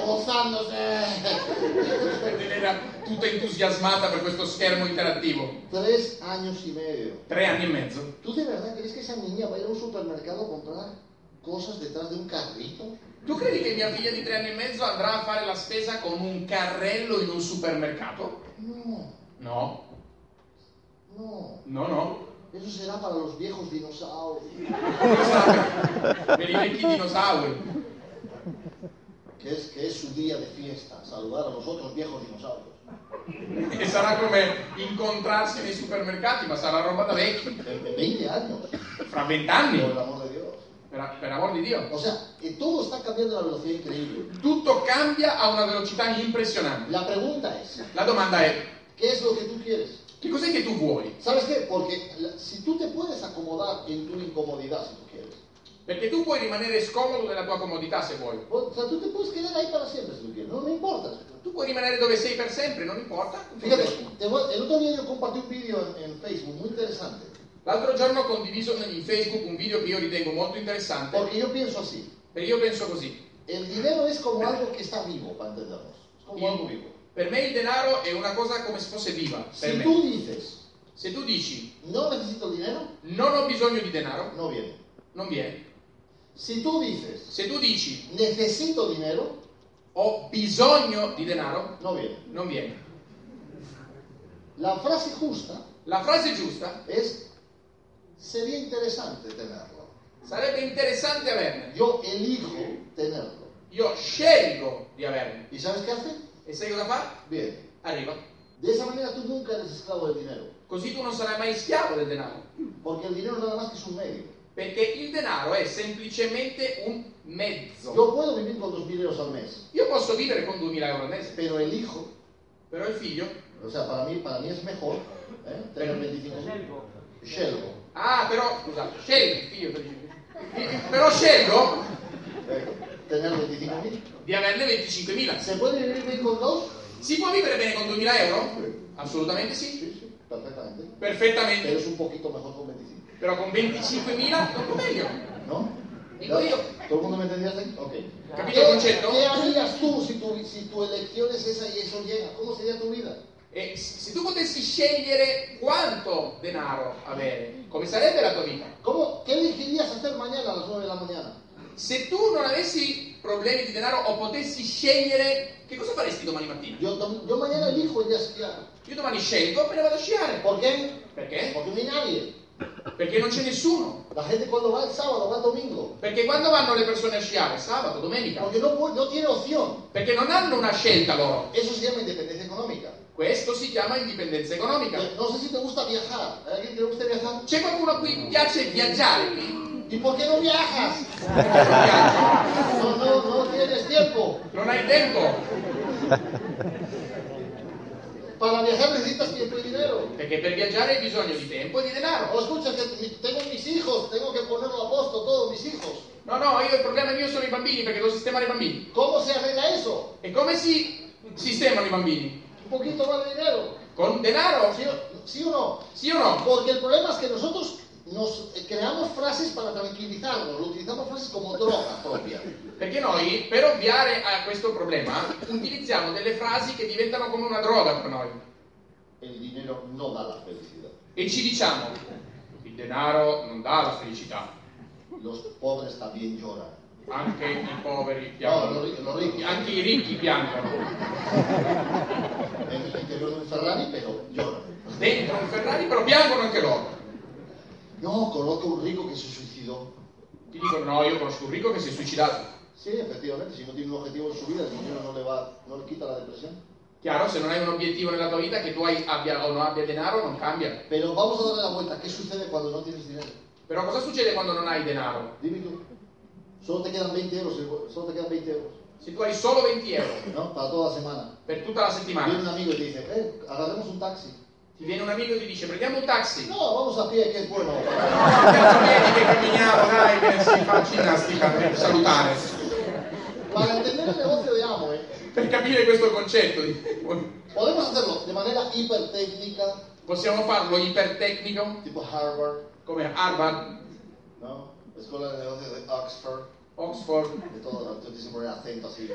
[SPEAKER 1] gozándose.
[SPEAKER 2] Ed era tutta entusiasmata per questo schermo interattivo.
[SPEAKER 1] Tres años y medio.
[SPEAKER 2] Tre anni e mezzo.
[SPEAKER 1] ¿Tú de verdad crees que esa niña va a ir a un supermercado a comprar cosas detrás de un carrito?
[SPEAKER 2] Tu credi che mia figlia di tre anni e mezzo andrà a fare la spesa con un carrello in un supermercato?
[SPEAKER 1] No,
[SPEAKER 2] No,
[SPEAKER 1] no.
[SPEAKER 2] no, no.
[SPEAKER 1] Eso será para los viejos dinosaurios.
[SPEAKER 2] Per i vecchi dinosauri.
[SPEAKER 1] Que es, que es su día de fiesta, saludar a los otros viejos dinosaurios.
[SPEAKER 2] E sarà come incontrarsi nei supermercati, ma sarà roba da vecchi,
[SPEAKER 1] En en 20 años,
[SPEAKER 2] fra
[SPEAKER 1] por
[SPEAKER 2] vent'anni,
[SPEAKER 1] el amor de Dios.
[SPEAKER 2] per, per amor di Dio.
[SPEAKER 1] O sea, que todo está cambiando a una velocidad increíble.
[SPEAKER 2] Tutto cambia a una velocità impressionante.
[SPEAKER 1] La pregunta es,
[SPEAKER 2] La domanda è,
[SPEAKER 1] ¿qué es lo que tú quieres?
[SPEAKER 2] che cos'è che tu vuoi?
[SPEAKER 1] ¿Sabes qué? Porque la- si tú te puedes acomodar en tu incomodidad, si tú quieres.
[SPEAKER 2] Perché tu puoi rimanere scomodo nella tua comodità se vuoi.
[SPEAKER 1] O sea, tú te puedes quedar ahí para siempre, si tú quieres. No me importa.
[SPEAKER 2] Tu puoi rimanere dove sei per sempre, non importa.
[SPEAKER 1] Fíjate, te voy- el otro día yo compartí un vídeo en, en Facebook muy interesante,
[SPEAKER 2] L'altro giorno ho condiviso in Facebook un video che io ritengo molto interessante,
[SPEAKER 1] porque yo pienso así,
[SPEAKER 2] perché io penso così.
[SPEAKER 1] el dinero es como algo que está vivo, para entendernos, es como algo vivo.
[SPEAKER 2] Il- per me il denaro è una cosa come se fosse viva. Per
[SPEAKER 1] Si
[SPEAKER 2] me.
[SPEAKER 1] tú dices,
[SPEAKER 2] Se tu dici
[SPEAKER 1] no necesito dinero,
[SPEAKER 2] non ho bisogno di denaro,
[SPEAKER 1] no viene.
[SPEAKER 2] non viene.
[SPEAKER 1] Si tú dices,
[SPEAKER 2] Se tu dici
[SPEAKER 1] necesito dinero,
[SPEAKER 2] ho bisogno di denaro,
[SPEAKER 1] no viene.
[SPEAKER 2] non viene.
[SPEAKER 1] La frase justa
[SPEAKER 2] La frase giusta
[SPEAKER 1] es, sería interesante tenerlo.
[SPEAKER 2] sarebbe interessante averne.
[SPEAKER 1] Yo elijo tenerlo.
[SPEAKER 2] Io scelgo di averne.
[SPEAKER 1] ¿Y sabes qué hace?
[SPEAKER 2] E sai cosa fa?
[SPEAKER 1] Bien.
[SPEAKER 2] Arriva.
[SPEAKER 1] De esa manera tú nunca eres esclavo del dinero,
[SPEAKER 2] Così tu non sarai mai schiavo del denaro.
[SPEAKER 1] porque el dinero nada más que es un medio.
[SPEAKER 2] Perché il denaro è semplicemente un mezzo.
[SPEAKER 1] Yo puedo vivir con 2.000 euros al mes,
[SPEAKER 2] Io posso vivere con 2000 euro al mese,
[SPEAKER 1] pero elijo
[SPEAKER 2] però il figlio...
[SPEAKER 1] O sea, para mí, para mí es mejor ¿eh? tener 25
[SPEAKER 3] Scelgo.
[SPEAKER 1] Shelgo.
[SPEAKER 2] Ah, però, scusa, scelgo, figlio, per dire. Fi- però scelgo
[SPEAKER 1] Tener 25 mil.
[SPEAKER 2] di averne 25.000.
[SPEAKER 1] ¿Se puede vivir bien con dos?
[SPEAKER 2] Si può vivere bene con 2000 euro? Assolutamente sì.
[SPEAKER 1] Sí, sí, perfectamente.
[SPEAKER 2] Perfettamente.
[SPEAKER 1] Pero es un poquito mejor con 25.
[SPEAKER 2] Però con 25.000 non meglio.
[SPEAKER 1] ¿No?
[SPEAKER 2] Digo yo.
[SPEAKER 1] ¿Todo el mundo me entendía hasta aquí? Ok.
[SPEAKER 2] Capito il
[SPEAKER 1] ¿Qué,
[SPEAKER 2] concetto?
[SPEAKER 1] qué harías tú si tu, si tu elección es esa y eso llega? ¿Cómo sería tu vida?
[SPEAKER 2] E s- se tu potessi scegliere quanto denaro avere, come sarebbe la tua vita?
[SPEAKER 1] ¿Cómo, ¿Qué elegirías hacer mañana a las 9 de la mañana?
[SPEAKER 2] Se tu non avessi problemi di denaro o potessi scegliere, che cosa faresti domani mattina?
[SPEAKER 1] Yo, dom- yo mañana elijo ir a esquiar.
[SPEAKER 2] Io domani scelgo me ne vado a sciare.
[SPEAKER 1] ¿Por qué?
[SPEAKER 2] Perché?
[SPEAKER 1] Porque no hay nadie.
[SPEAKER 2] Perché non c'è nessuno.
[SPEAKER 1] La gente cuando va el sábado, va el domingo.
[SPEAKER 2] Perché quando vanno le persone a sciare? Sabato, domenica.
[SPEAKER 1] Porque no, pu- no tiene opción.
[SPEAKER 2] Perché non hanno una scelta loro.
[SPEAKER 1] Eso se llama independencia económica.
[SPEAKER 2] Questo si chiama indipendenza economica.
[SPEAKER 1] No sé si te gusta viajar. ¿Hay alguien que le gusta viajar?
[SPEAKER 2] C'è qualcuno a cui piace viaggiare?
[SPEAKER 1] ¿Y por qué no viajas? No, no, no tienes tiempo.
[SPEAKER 2] Non hai tempo.
[SPEAKER 1] Para viajar necesitas tiempo y dinero.
[SPEAKER 2] Perché per viaggiare hai bisogno di tempo e di denaro.
[SPEAKER 1] O escucha que mi- tengo mis hijos, tengo que ponerlo a posto, todos mis hijos.
[SPEAKER 2] No, no, io il problema mio sono i bambini perché devo sistemare i bambini.
[SPEAKER 1] ¿Cómo se arregla eso?
[SPEAKER 2] E come si sistemano i bambini?
[SPEAKER 1] Un poquito más de dinero.
[SPEAKER 2] Con denaro?
[SPEAKER 1] ¿Sí o, sí o no?
[SPEAKER 2] Sì o no?
[SPEAKER 1] Porque el problema es que nosotros nos eh, creamos frases para tranquilizarnos, lo utilizamos frases como droga propia.
[SPEAKER 2] Perché noi, per ovviare a questo problema, utilizziamo delle frasi che diventano come una droga per noi.
[SPEAKER 1] El dinero no da la felicidad.
[SPEAKER 2] E ci diciamo, il denaro non dà la felicità,
[SPEAKER 1] Los pobres también lloran.
[SPEAKER 2] anche i poveri
[SPEAKER 1] No,
[SPEAKER 2] piangono,
[SPEAKER 1] lo ri- lo ricchi.
[SPEAKER 2] anche i ricchi piangono.
[SPEAKER 1] en el interior de un Ferrari, pero lloran.
[SPEAKER 2] Dentro un Ferrari però piangono anche loro.
[SPEAKER 1] No, conozco a un rico que se suicidó.
[SPEAKER 2] Ti dicono, no, io conosco un ricco che si è suicidato.
[SPEAKER 1] Sí, efectivamente, si no tiene un objetivo en su vida, el dinero no le, va, no le quita la depresión.
[SPEAKER 2] Chiaro, se non hai un obiettivo nella tua vita, che tu hai- abbia o non abbia denaro, non cambia.
[SPEAKER 1] Pero vamos a darle la vuelta. ¿Qué sucede cuando no tienes dinero?
[SPEAKER 2] Però cosa succede quando non hai denaro?
[SPEAKER 1] Dime tú. Solo te quedan 20 euros, el bol- solo te quedan 20 euros,
[SPEAKER 2] Se tu hai solo 20 euro
[SPEAKER 1] ¿no? Para toda la semana.
[SPEAKER 2] per tutta la
[SPEAKER 1] Viene
[SPEAKER 2] settimana,
[SPEAKER 1] un amigo y te dice, eh, agarremos un taxi.
[SPEAKER 2] ti viene un amico e ti dice prendiamo un taxi.
[SPEAKER 1] No, vamos a pie, que es bueno.
[SPEAKER 2] Cazzo vedi che camminiamo, dai, che si fa ginnastica per salutare.
[SPEAKER 1] Para entender el negocio de Amway,
[SPEAKER 2] Per capire questo concetto, di-
[SPEAKER 1] podemos hacerlo de manera hipertécnica,
[SPEAKER 2] possiamo farlo ipertecnico,
[SPEAKER 1] tipo Harvard,
[SPEAKER 2] come Harvard,
[SPEAKER 1] ¿no? Escuela de Negocios de Oxford,
[SPEAKER 2] Oxford,
[SPEAKER 1] de todo, yo te hice poner acento así.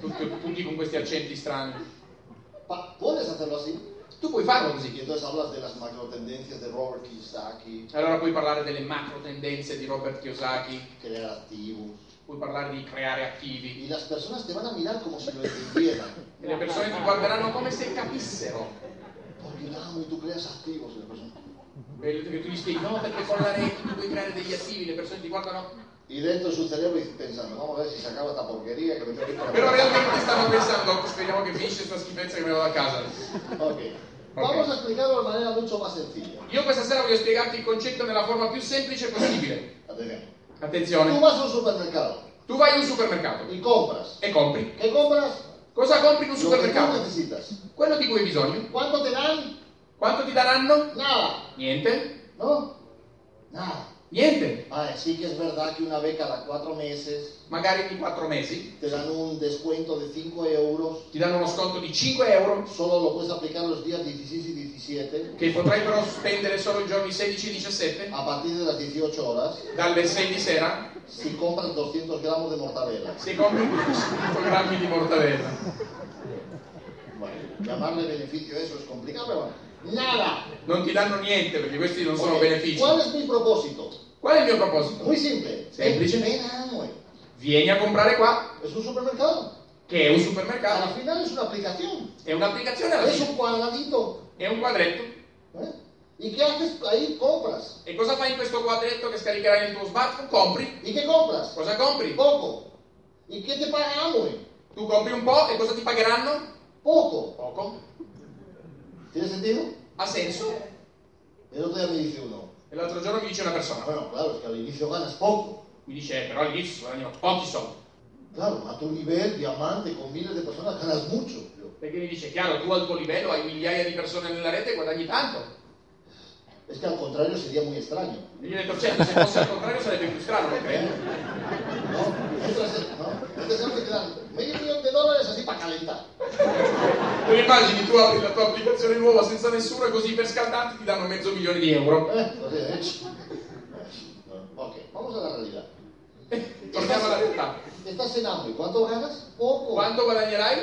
[SPEAKER 2] tutti, tutti con questi accenti strani.
[SPEAKER 1] Pa- puedes hacerlo así,
[SPEAKER 2] Tu puoi farlo
[SPEAKER 1] y
[SPEAKER 2] così.
[SPEAKER 1] entonces hablas de las macro tendencias de Robert Kiyosaki,
[SPEAKER 2] Allora puoi parlare delle macro tendenze di Robert Kiyosaki,
[SPEAKER 1] crear activos,
[SPEAKER 2] puoi parlare di creare attivi.
[SPEAKER 1] y las personas te van a mirar como si lo entendieran.
[SPEAKER 2] E le persone ti guarderanno come se capissero.
[SPEAKER 1] Porque el amo y tú creas activos en la persona.
[SPEAKER 2] E tu gli spieghi no perché con la rete tu puoi creare degli attivi, le persone ti guardano.
[SPEAKER 1] Y dentro de su cerebro pensando, vamos a ver si se acaba esta porquería que me tengo que ir para
[SPEAKER 2] Però
[SPEAKER 1] casa.
[SPEAKER 2] realmente stanno pensando, speriamo che finisce questa schifezza che me la do a casa.
[SPEAKER 1] Ok. Vamos a explicarlo de manera mucho más sencilla.
[SPEAKER 2] Io questa sera voglio spiegarti il concetto nella forma più semplice possibile.
[SPEAKER 1] Atención. Tú
[SPEAKER 2] Attenzione,
[SPEAKER 1] vas a un supermercado
[SPEAKER 2] tu vai in un supermercato
[SPEAKER 1] y compras.
[SPEAKER 2] e compri.
[SPEAKER 1] ¿Qué compras?
[SPEAKER 2] Cosa compri in
[SPEAKER 1] Lo
[SPEAKER 2] un
[SPEAKER 1] que tú
[SPEAKER 2] supermercato?
[SPEAKER 1] necesitas.
[SPEAKER 2] Quello di cui hai bisogno.
[SPEAKER 1] ¿Cuánto te dan?
[SPEAKER 2] Quanto ti daranno?
[SPEAKER 1] Nada.
[SPEAKER 2] Niente.
[SPEAKER 1] ¿No? Nada.
[SPEAKER 2] Niente.
[SPEAKER 1] Ay, sí que es verdad que una vez cada cuatro meses
[SPEAKER 2] Magari di 4 mesi
[SPEAKER 1] te dan un descuento de 5 euros.
[SPEAKER 2] ti danno uno sconto di 5 euro
[SPEAKER 1] Solo lo puedes aplicar los días 16 y 17
[SPEAKER 2] che potrai però spendere solo i giorni 16 e 17
[SPEAKER 1] a partir de las 18 horas
[SPEAKER 2] dalle 6 di sera
[SPEAKER 1] si compras 200 gramos de mortadela.
[SPEAKER 2] se compri 100 grammi di mortadella.
[SPEAKER 1] Bueno, llamarle beneficio a eso es complicado, pero bueno. Nada.
[SPEAKER 2] Non ti danno niente perché questi non sono
[SPEAKER 1] Ok,
[SPEAKER 2] benefici.
[SPEAKER 1] ¿Cuál es mi propósito?
[SPEAKER 2] Qual è il mio proposito?
[SPEAKER 1] Muy simple.
[SPEAKER 2] Semplice.
[SPEAKER 1] Es ven a Amway.
[SPEAKER 2] Vieni a comprare qua,
[SPEAKER 1] eh. Es un supermercado.
[SPEAKER 2] che è un
[SPEAKER 1] Al
[SPEAKER 2] supermercato,
[SPEAKER 1] final es una aplicación.
[SPEAKER 2] è un'applicazione alla
[SPEAKER 1] Es
[SPEAKER 2] fine.
[SPEAKER 1] un cuadradito.
[SPEAKER 2] È un quadretto.
[SPEAKER 1] ¿eh? ¿Y qué haces? Ahí compras.
[SPEAKER 2] E cosa fai in questo quadretto che scaricherai nel tuo smartphone? Compri.
[SPEAKER 1] ¿Y qué compras?
[SPEAKER 2] Cosa compri?
[SPEAKER 1] Poco. ¿Y qué te paga Amway?
[SPEAKER 2] Tu compri un po' e cosa ti pagheranno?
[SPEAKER 1] Poco.
[SPEAKER 2] Poco.
[SPEAKER 1] ¿Tiene sentido?
[SPEAKER 2] Ha senso?
[SPEAKER 1] El otro día me dice uno. "Ah,
[SPEAKER 2] E l'altro giorno mi dice una persona,
[SPEAKER 1] Bueno, claro, es que al inicio ganas poco.
[SPEAKER 2] mi dice, eh, però all'inizio si guadagnano pochi soldi.
[SPEAKER 1] Claro, a tu nivel, diamante, con miles de personas, ganas mucho. Yo,
[SPEAKER 2] Perché mi dice, chiaro, tu al tuo livello hai migliaia di persone nella rete e guadagni tanto.
[SPEAKER 1] Es que al contrario sería muy extraño.
[SPEAKER 2] E gli ho detto, certo, se fosse al contrario sarebbe più strano, lo credo.
[SPEAKER 1] ¿No? Entonces, ¿no? Entonces, ¿no? te dan medio millón de dólares así para calentar.
[SPEAKER 2] Tu immagini, tu apri la tua applicazione nuova senza nessuno e così per scaldarti ti danno mezzo milione di euro.
[SPEAKER 1] ¿Eh? O sea, ¿eh? No. Ok, vamos a la realidad.
[SPEAKER 2] Torniamo alla realtà.
[SPEAKER 1] Estás en hambre, ¿cuánto ganas? Poco.
[SPEAKER 2] Quanto guadagnerai?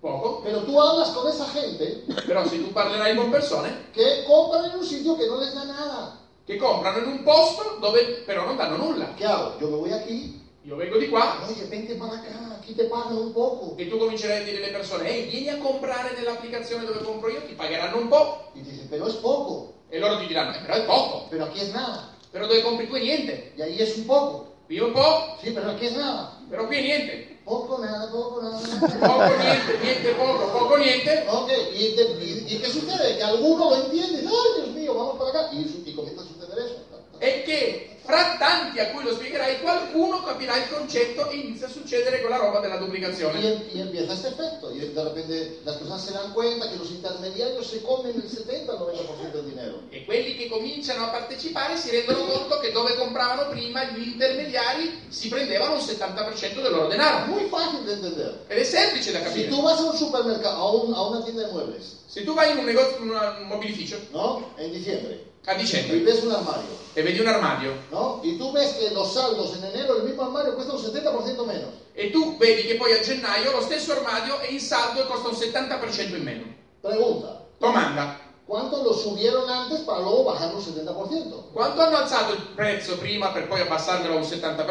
[SPEAKER 2] Poco.
[SPEAKER 1] Pero tú hablas con esa gente
[SPEAKER 2] Però se tu parlerai con persone
[SPEAKER 1] que compran en un sitio que no les da nada.
[SPEAKER 2] che comprano in un posto dove però non danno nulla.
[SPEAKER 1] ¿Qué hago? Yo me voy aquí.
[SPEAKER 2] Io vengo di qua
[SPEAKER 1] Oye, vente para acá, aquí te pagan un poco.
[SPEAKER 2] e tu comincerai a dire alle persone, ehi, vieni a comprare nell'applicazione dove compro io, ti pagheranno un po'.
[SPEAKER 1] Y te dicen, pero es poco,
[SPEAKER 2] E loro ti diranno, eh, però è poco.
[SPEAKER 1] pero aquí es nada.
[SPEAKER 2] Però dove compri qui è niente.
[SPEAKER 1] Y ahí es un poco.
[SPEAKER 2] Qui un po',
[SPEAKER 1] Sí, pero aquí es nada.
[SPEAKER 2] però qui è niente.
[SPEAKER 1] Poco, nada, poco, nada. (laughs)
[SPEAKER 2] Poco, (laughs) niente, niente, poco, poco, niente.
[SPEAKER 1] Ok, y, te- y- y qué sucede? Que alguno lo entiende. Ay, Dios mío, vamos para acá. Y, su- y comienza a suceder eso.
[SPEAKER 2] E che fra tanti a cui lo spiegherai, qualcuno capirà il concetto e inizia a succedere quella roba della
[SPEAKER 1] Y,
[SPEAKER 2] duplicazione.
[SPEAKER 1] em- y empieza este efecto. Y de repente las personas se dan cuenta que los intermediarios se comen el 70 al 90% del dinero.
[SPEAKER 2] E quelli che cominciano a partecipare si rendono conto che dove compravano prima gli intermediari si prendevano un 70% del loro denaro.
[SPEAKER 1] Muy fácil de entender.
[SPEAKER 2] Ed è semplice da capire.
[SPEAKER 1] Si tú vas a un supermercado, a, un- a una tienda de muebles,
[SPEAKER 2] Se tu vai in un negozio, in una- un mobilificio
[SPEAKER 1] ¿no? En diciembre,
[SPEAKER 2] a
[SPEAKER 1] y
[SPEAKER 2] dicembre
[SPEAKER 1] ves un armario,
[SPEAKER 2] e vedi un armadio
[SPEAKER 1] ¿no? Y tú ves que los saldos en enero del mismo armario cuesta un 70% menos.
[SPEAKER 2] e tu vedi che poi a gennaio lo stesso armadio è in saldo e costa un 70% in meno.
[SPEAKER 1] Pregunta,
[SPEAKER 2] Domanda,
[SPEAKER 1] ¿cuánto lo subieron antes para luego bajar un 70%?
[SPEAKER 2] quanto hanno alzato il prezzo prima per poi abbassarvelo a un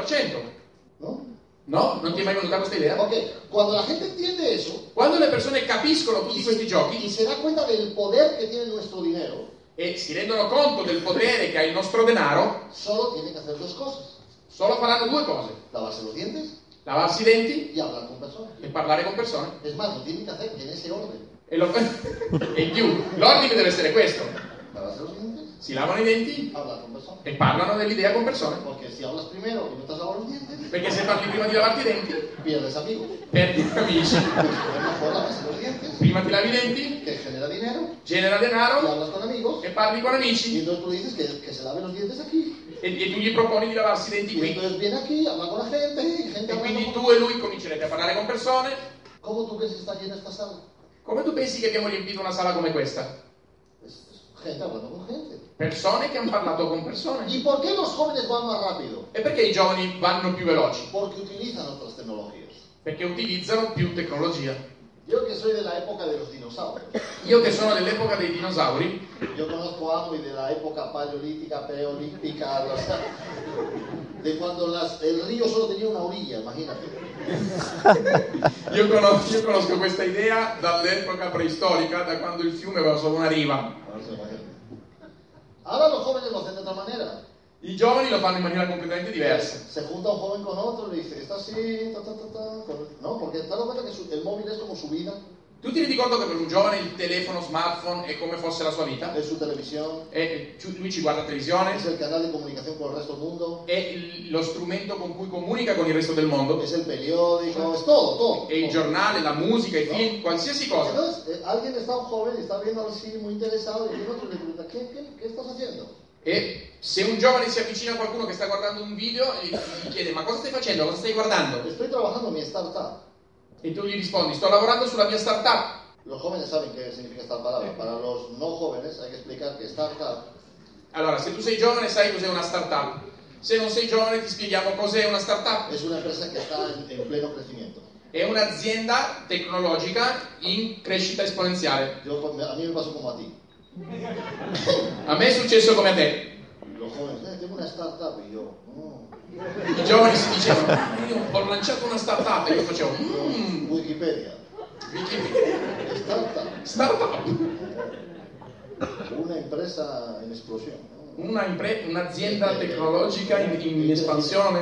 [SPEAKER 2] 70%?
[SPEAKER 1] ¿No?
[SPEAKER 2] No? Non ti è mai venuta questa idea?
[SPEAKER 1] Ok, cuando la gente entiende eso
[SPEAKER 2] Quando le persone capiscono tutti
[SPEAKER 1] y
[SPEAKER 2] questi
[SPEAKER 1] se,
[SPEAKER 2] giochi
[SPEAKER 1] y se da cuenta del poder que tiene nuestro dinero,
[SPEAKER 2] e si rendono conto del potere che ha il nostro denaro,
[SPEAKER 1] solo tiene que hacer dos cosas.
[SPEAKER 2] solo faranno due cose.
[SPEAKER 1] Lavarse los dientes
[SPEAKER 2] lavarsi i denti
[SPEAKER 1] y hablar con personas.
[SPEAKER 2] e parlare con persone.
[SPEAKER 1] Es más, lo tienen que hacer en ese orden.
[SPEAKER 2] E, lo- (laughs) e in più, l'ordine deve essere questo.
[SPEAKER 1] Lavarse los dientes,
[SPEAKER 2] Si lavano i denti
[SPEAKER 1] hablar con personas.
[SPEAKER 2] e parlano dell'idea con persone.
[SPEAKER 1] Porque si hablas primero y no te has lavado los dientes,
[SPEAKER 2] Perché se parli prima di lavarti i denti,
[SPEAKER 1] pierdes amigos.
[SPEAKER 2] perdi amici.
[SPEAKER 1] Pues es mejor lavarse los dientes,
[SPEAKER 2] Prima ti lavi i denti,
[SPEAKER 1] que genera dinero,
[SPEAKER 2] genera
[SPEAKER 1] y
[SPEAKER 2] denaro
[SPEAKER 1] hablas con amigos,
[SPEAKER 2] e parli con
[SPEAKER 1] y
[SPEAKER 2] amici.
[SPEAKER 1] entonces tú le dices que, que se lave los dientes aquí.
[SPEAKER 2] E, e tu gli proponi di lavarsi i denti
[SPEAKER 1] Y
[SPEAKER 2] qui.
[SPEAKER 1] entonces viene aquí, habla con la gente, y gente
[SPEAKER 2] E quindi
[SPEAKER 1] hablando con...
[SPEAKER 2] tu e lui comincerete a parlare con persone.
[SPEAKER 1] ¿Cómo tú crees que está llena esta sala?
[SPEAKER 2] Come tu pensi che abbiamo riempito una sala come questa?
[SPEAKER 1] Es- es gente hablando con gente.
[SPEAKER 2] Persone che hanno parlato con persone.
[SPEAKER 1] ¿Y por qué los jóvenes van más rápido?
[SPEAKER 2] E perché i giovani vanno più veloci?
[SPEAKER 1] Porque utilizan otras tecnologías.
[SPEAKER 2] Perché utilizzano più tecnologia.
[SPEAKER 1] Yo que soy de la época de los dinosaurios.
[SPEAKER 2] Io che sono dell'epoca dei dinosauri,
[SPEAKER 1] Yo conozco a Amway de la época paleolítica, preolímpica, (laughs) o sea, de cuando las- el río solo tenía una orilla, imagínate.
[SPEAKER 2] io conosco, io conosco questa idea dall'epoca preistorica, da quando il fiume aveva solo una riva.
[SPEAKER 1] Ahora se lo imaginan. Ahora los jóvenes lo hacen de otra manera.
[SPEAKER 2] I giovani lo fanno in maniera completamente diversa.
[SPEAKER 1] Se junta un joven con otro y le dice, está así, ta, ta, ta, ta, con- No, porque te das cuenta que su- el móvil es como su vida,
[SPEAKER 2] Tu ti rendi conto che per un giovane il telefono smartphone è come fosse la sua vita?
[SPEAKER 1] es su televisión,
[SPEAKER 2] E ci- lui ci guarda la televisione,
[SPEAKER 1] es el canal de comunicación con el resto del mundo,
[SPEAKER 2] è il- lo strumento con cui comunica con il resto del mondo,
[SPEAKER 1] es el periódico, es todo, todo.
[SPEAKER 2] è il
[SPEAKER 1] todo.
[SPEAKER 2] giornale, la musica, i film, qualsiasi cosa.
[SPEAKER 1] Entonces, eh, alguien está un joven y está viendo así muy interesado y el otro le pregunta, ¿qué, qué, qué estás haciendo?
[SPEAKER 2] E se un giovane si avvicina a qualcuno che sta guardando un video e gli chiede ma cosa stai facendo, cosa stai guardando?
[SPEAKER 1] Estoy trabajando en mi startup.
[SPEAKER 2] E tu gli rispondi sto lavorando sulla mia startup.
[SPEAKER 1] Los jóvenes saben qué significa esta palabra. Para los no jóvenes hay que explicar que startup
[SPEAKER 2] Allora, se tu sei giovane sai cos'è una startup. Se non sei giovane ti spieghiamo cos'è una startup.
[SPEAKER 1] es una empresa que está en, en pleno crecimiento.
[SPEAKER 2] È un'azienda tecnologica in crescita esponenziale.
[SPEAKER 1] Yo, a mí me pasó como a ti.
[SPEAKER 2] A me è successo come a te.
[SPEAKER 1] Los jóvenes, eh, tengo una startup y yo, "Oh".
[SPEAKER 2] I giovani si dicevano io ho lanciato una startup e io facevo mmm,
[SPEAKER 1] Wikipedia, startup,
[SPEAKER 2] startup.
[SPEAKER 1] una empresa en explosión. ¿no?
[SPEAKER 2] Una impre- un'azienda tecnologica in, in espansione.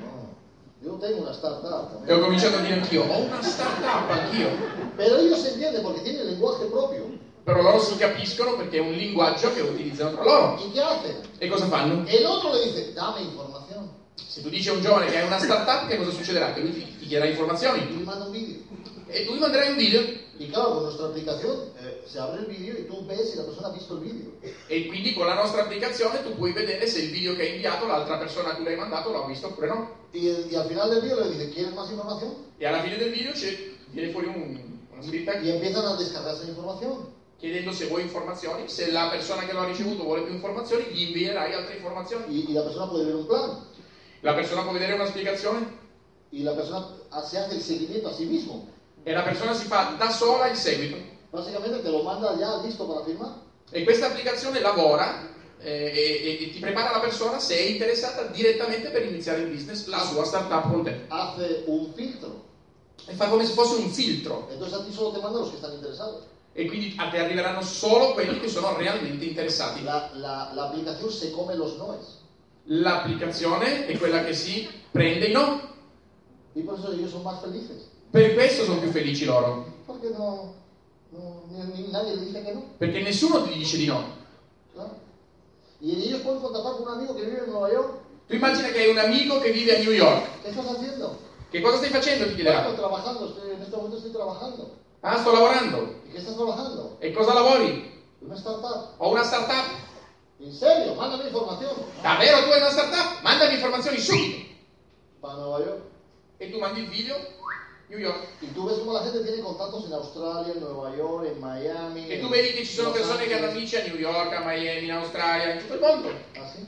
[SPEAKER 1] No. Yo tengo una startup
[SPEAKER 2] E ho
[SPEAKER 1] también.
[SPEAKER 2] cominciato a dire anch'io, ho una startup anch'io.
[SPEAKER 1] Pero ellos se entienden porque tienen lenguaje propio.
[SPEAKER 2] Però loro si capiscono perché è un linguaggio che utilizzano tra loro.
[SPEAKER 1] ¿Y qué hacen?
[SPEAKER 2] E cosa fanno?
[SPEAKER 1] El otro le dice, dame información.
[SPEAKER 2] Se tu dici a un giovane che hai una startup, che cosa succederà? Che lui ti, ti chiederà
[SPEAKER 1] Y
[SPEAKER 2] informazioni.
[SPEAKER 1] le manda un vídeo.
[SPEAKER 2] E tu gli manderai un video
[SPEAKER 1] Y claro, con nuestra aplicación eh, se abre el vídeo y tú ves si la persona ha visto el vídeo.
[SPEAKER 2] e quindi con la nostra applicazione tu puoi vedere se il video che hai inviato l'altra persona a cui l'hai mandato l'ha visto oppure no.
[SPEAKER 1] Y, el- y al final del vídeo le dice, ¿quieres más información?
[SPEAKER 2] E alla fine del video c'è, viene fuori un- una scritta
[SPEAKER 1] Y empiezan a descargarse la información.
[SPEAKER 2] chiedendo se vuoi informazioni. Se la persona che lo ha ricevuto vuole più informazioni, gli invierai altre informazioni.
[SPEAKER 1] Y, y la persona puede ver un plan.
[SPEAKER 2] La persona può vedere una spiegazione
[SPEAKER 1] Y la persona ha- se hace el seguimiento a sí mismo.
[SPEAKER 2] e la persona si fa da sola il seguito.
[SPEAKER 1] Básicamente te lo manda ya listo para firmar.
[SPEAKER 2] E questa applicazione lavora eh, e, e- e ti prepara la persona se è interessata direttamente per iniziare il business, la sua startup con te.
[SPEAKER 1] Hace un filtro.
[SPEAKER 2] E fa come se fosse un filtro.
[SPEAKER 1] Entonces a ti solo te manda los que están interesados.
[SPEAKER 2] E quindi a te arriveranno solo quelli che sono realmente interessati.
[SPEAKER 1] La, la- la aplicación se come los noes.
[SPEAKER 2] L'applicazione è quella che si prende i no.
[SPEAKER 1] Y por eso ellos son más felices.
[SPEAKER 2] Per questo sono più felici loro.
[SPEAKER 1] Porque no, no- ni- ni- nadie le dice que no.
[SPEAKER 2] Perché nessuno ti dice di no.
[SPEAKER 1] Claro. Y ellos pueden contactar con un amigo que vive en Nueva York.
[SPEAKER 2] Tu immagina che hai un amico che vive a New York.
[SPEAKER 1] ¿Qué estás haciendo?
[SPEAKER 2] Che cosa stai facendo? Ti
[SPEAKER 1] Bueno,
[SPEAKER 2] chiederà.
[SPEAKER 1] trabajando. Estoy- en este momento estoy trabajando.
[SPEAKER 2] Ah, sto lavorando.
[SPEAKER 1] ¿Y qué estás trabajando?
[SPEAKER 2] E cosa lavori?
[SPEAKER 1] Una startup.
[SPEAKER 2] Ho una startup.
[SPEAKER 1] ¿En serio? Mándame información.
[SPEAKER 2] Davvero tu hai una startup? Mandami informazioni subito.
[SPEAKER 1] Para Nueva York.
[SPEAKER 2] e tu mandi il video New York
[SPEAKER 1] Y tú ves cómo la gente tiene contactos en Australia, en Nueva York, en Miami.
[SPEAKER 2] e tu
[SPEAKER 1] en
[SPEAKER 2] vedi che ci sono
[SPEAKER 1] Los
[SPEAKER 2] persone che hanno
[SPEAKER 1] Ángeles.
[SPEAKER 2] amici a New York, a Miami, in Australia, in tutto il mondo.
[SPEAKER 1] ¿Ah, sí?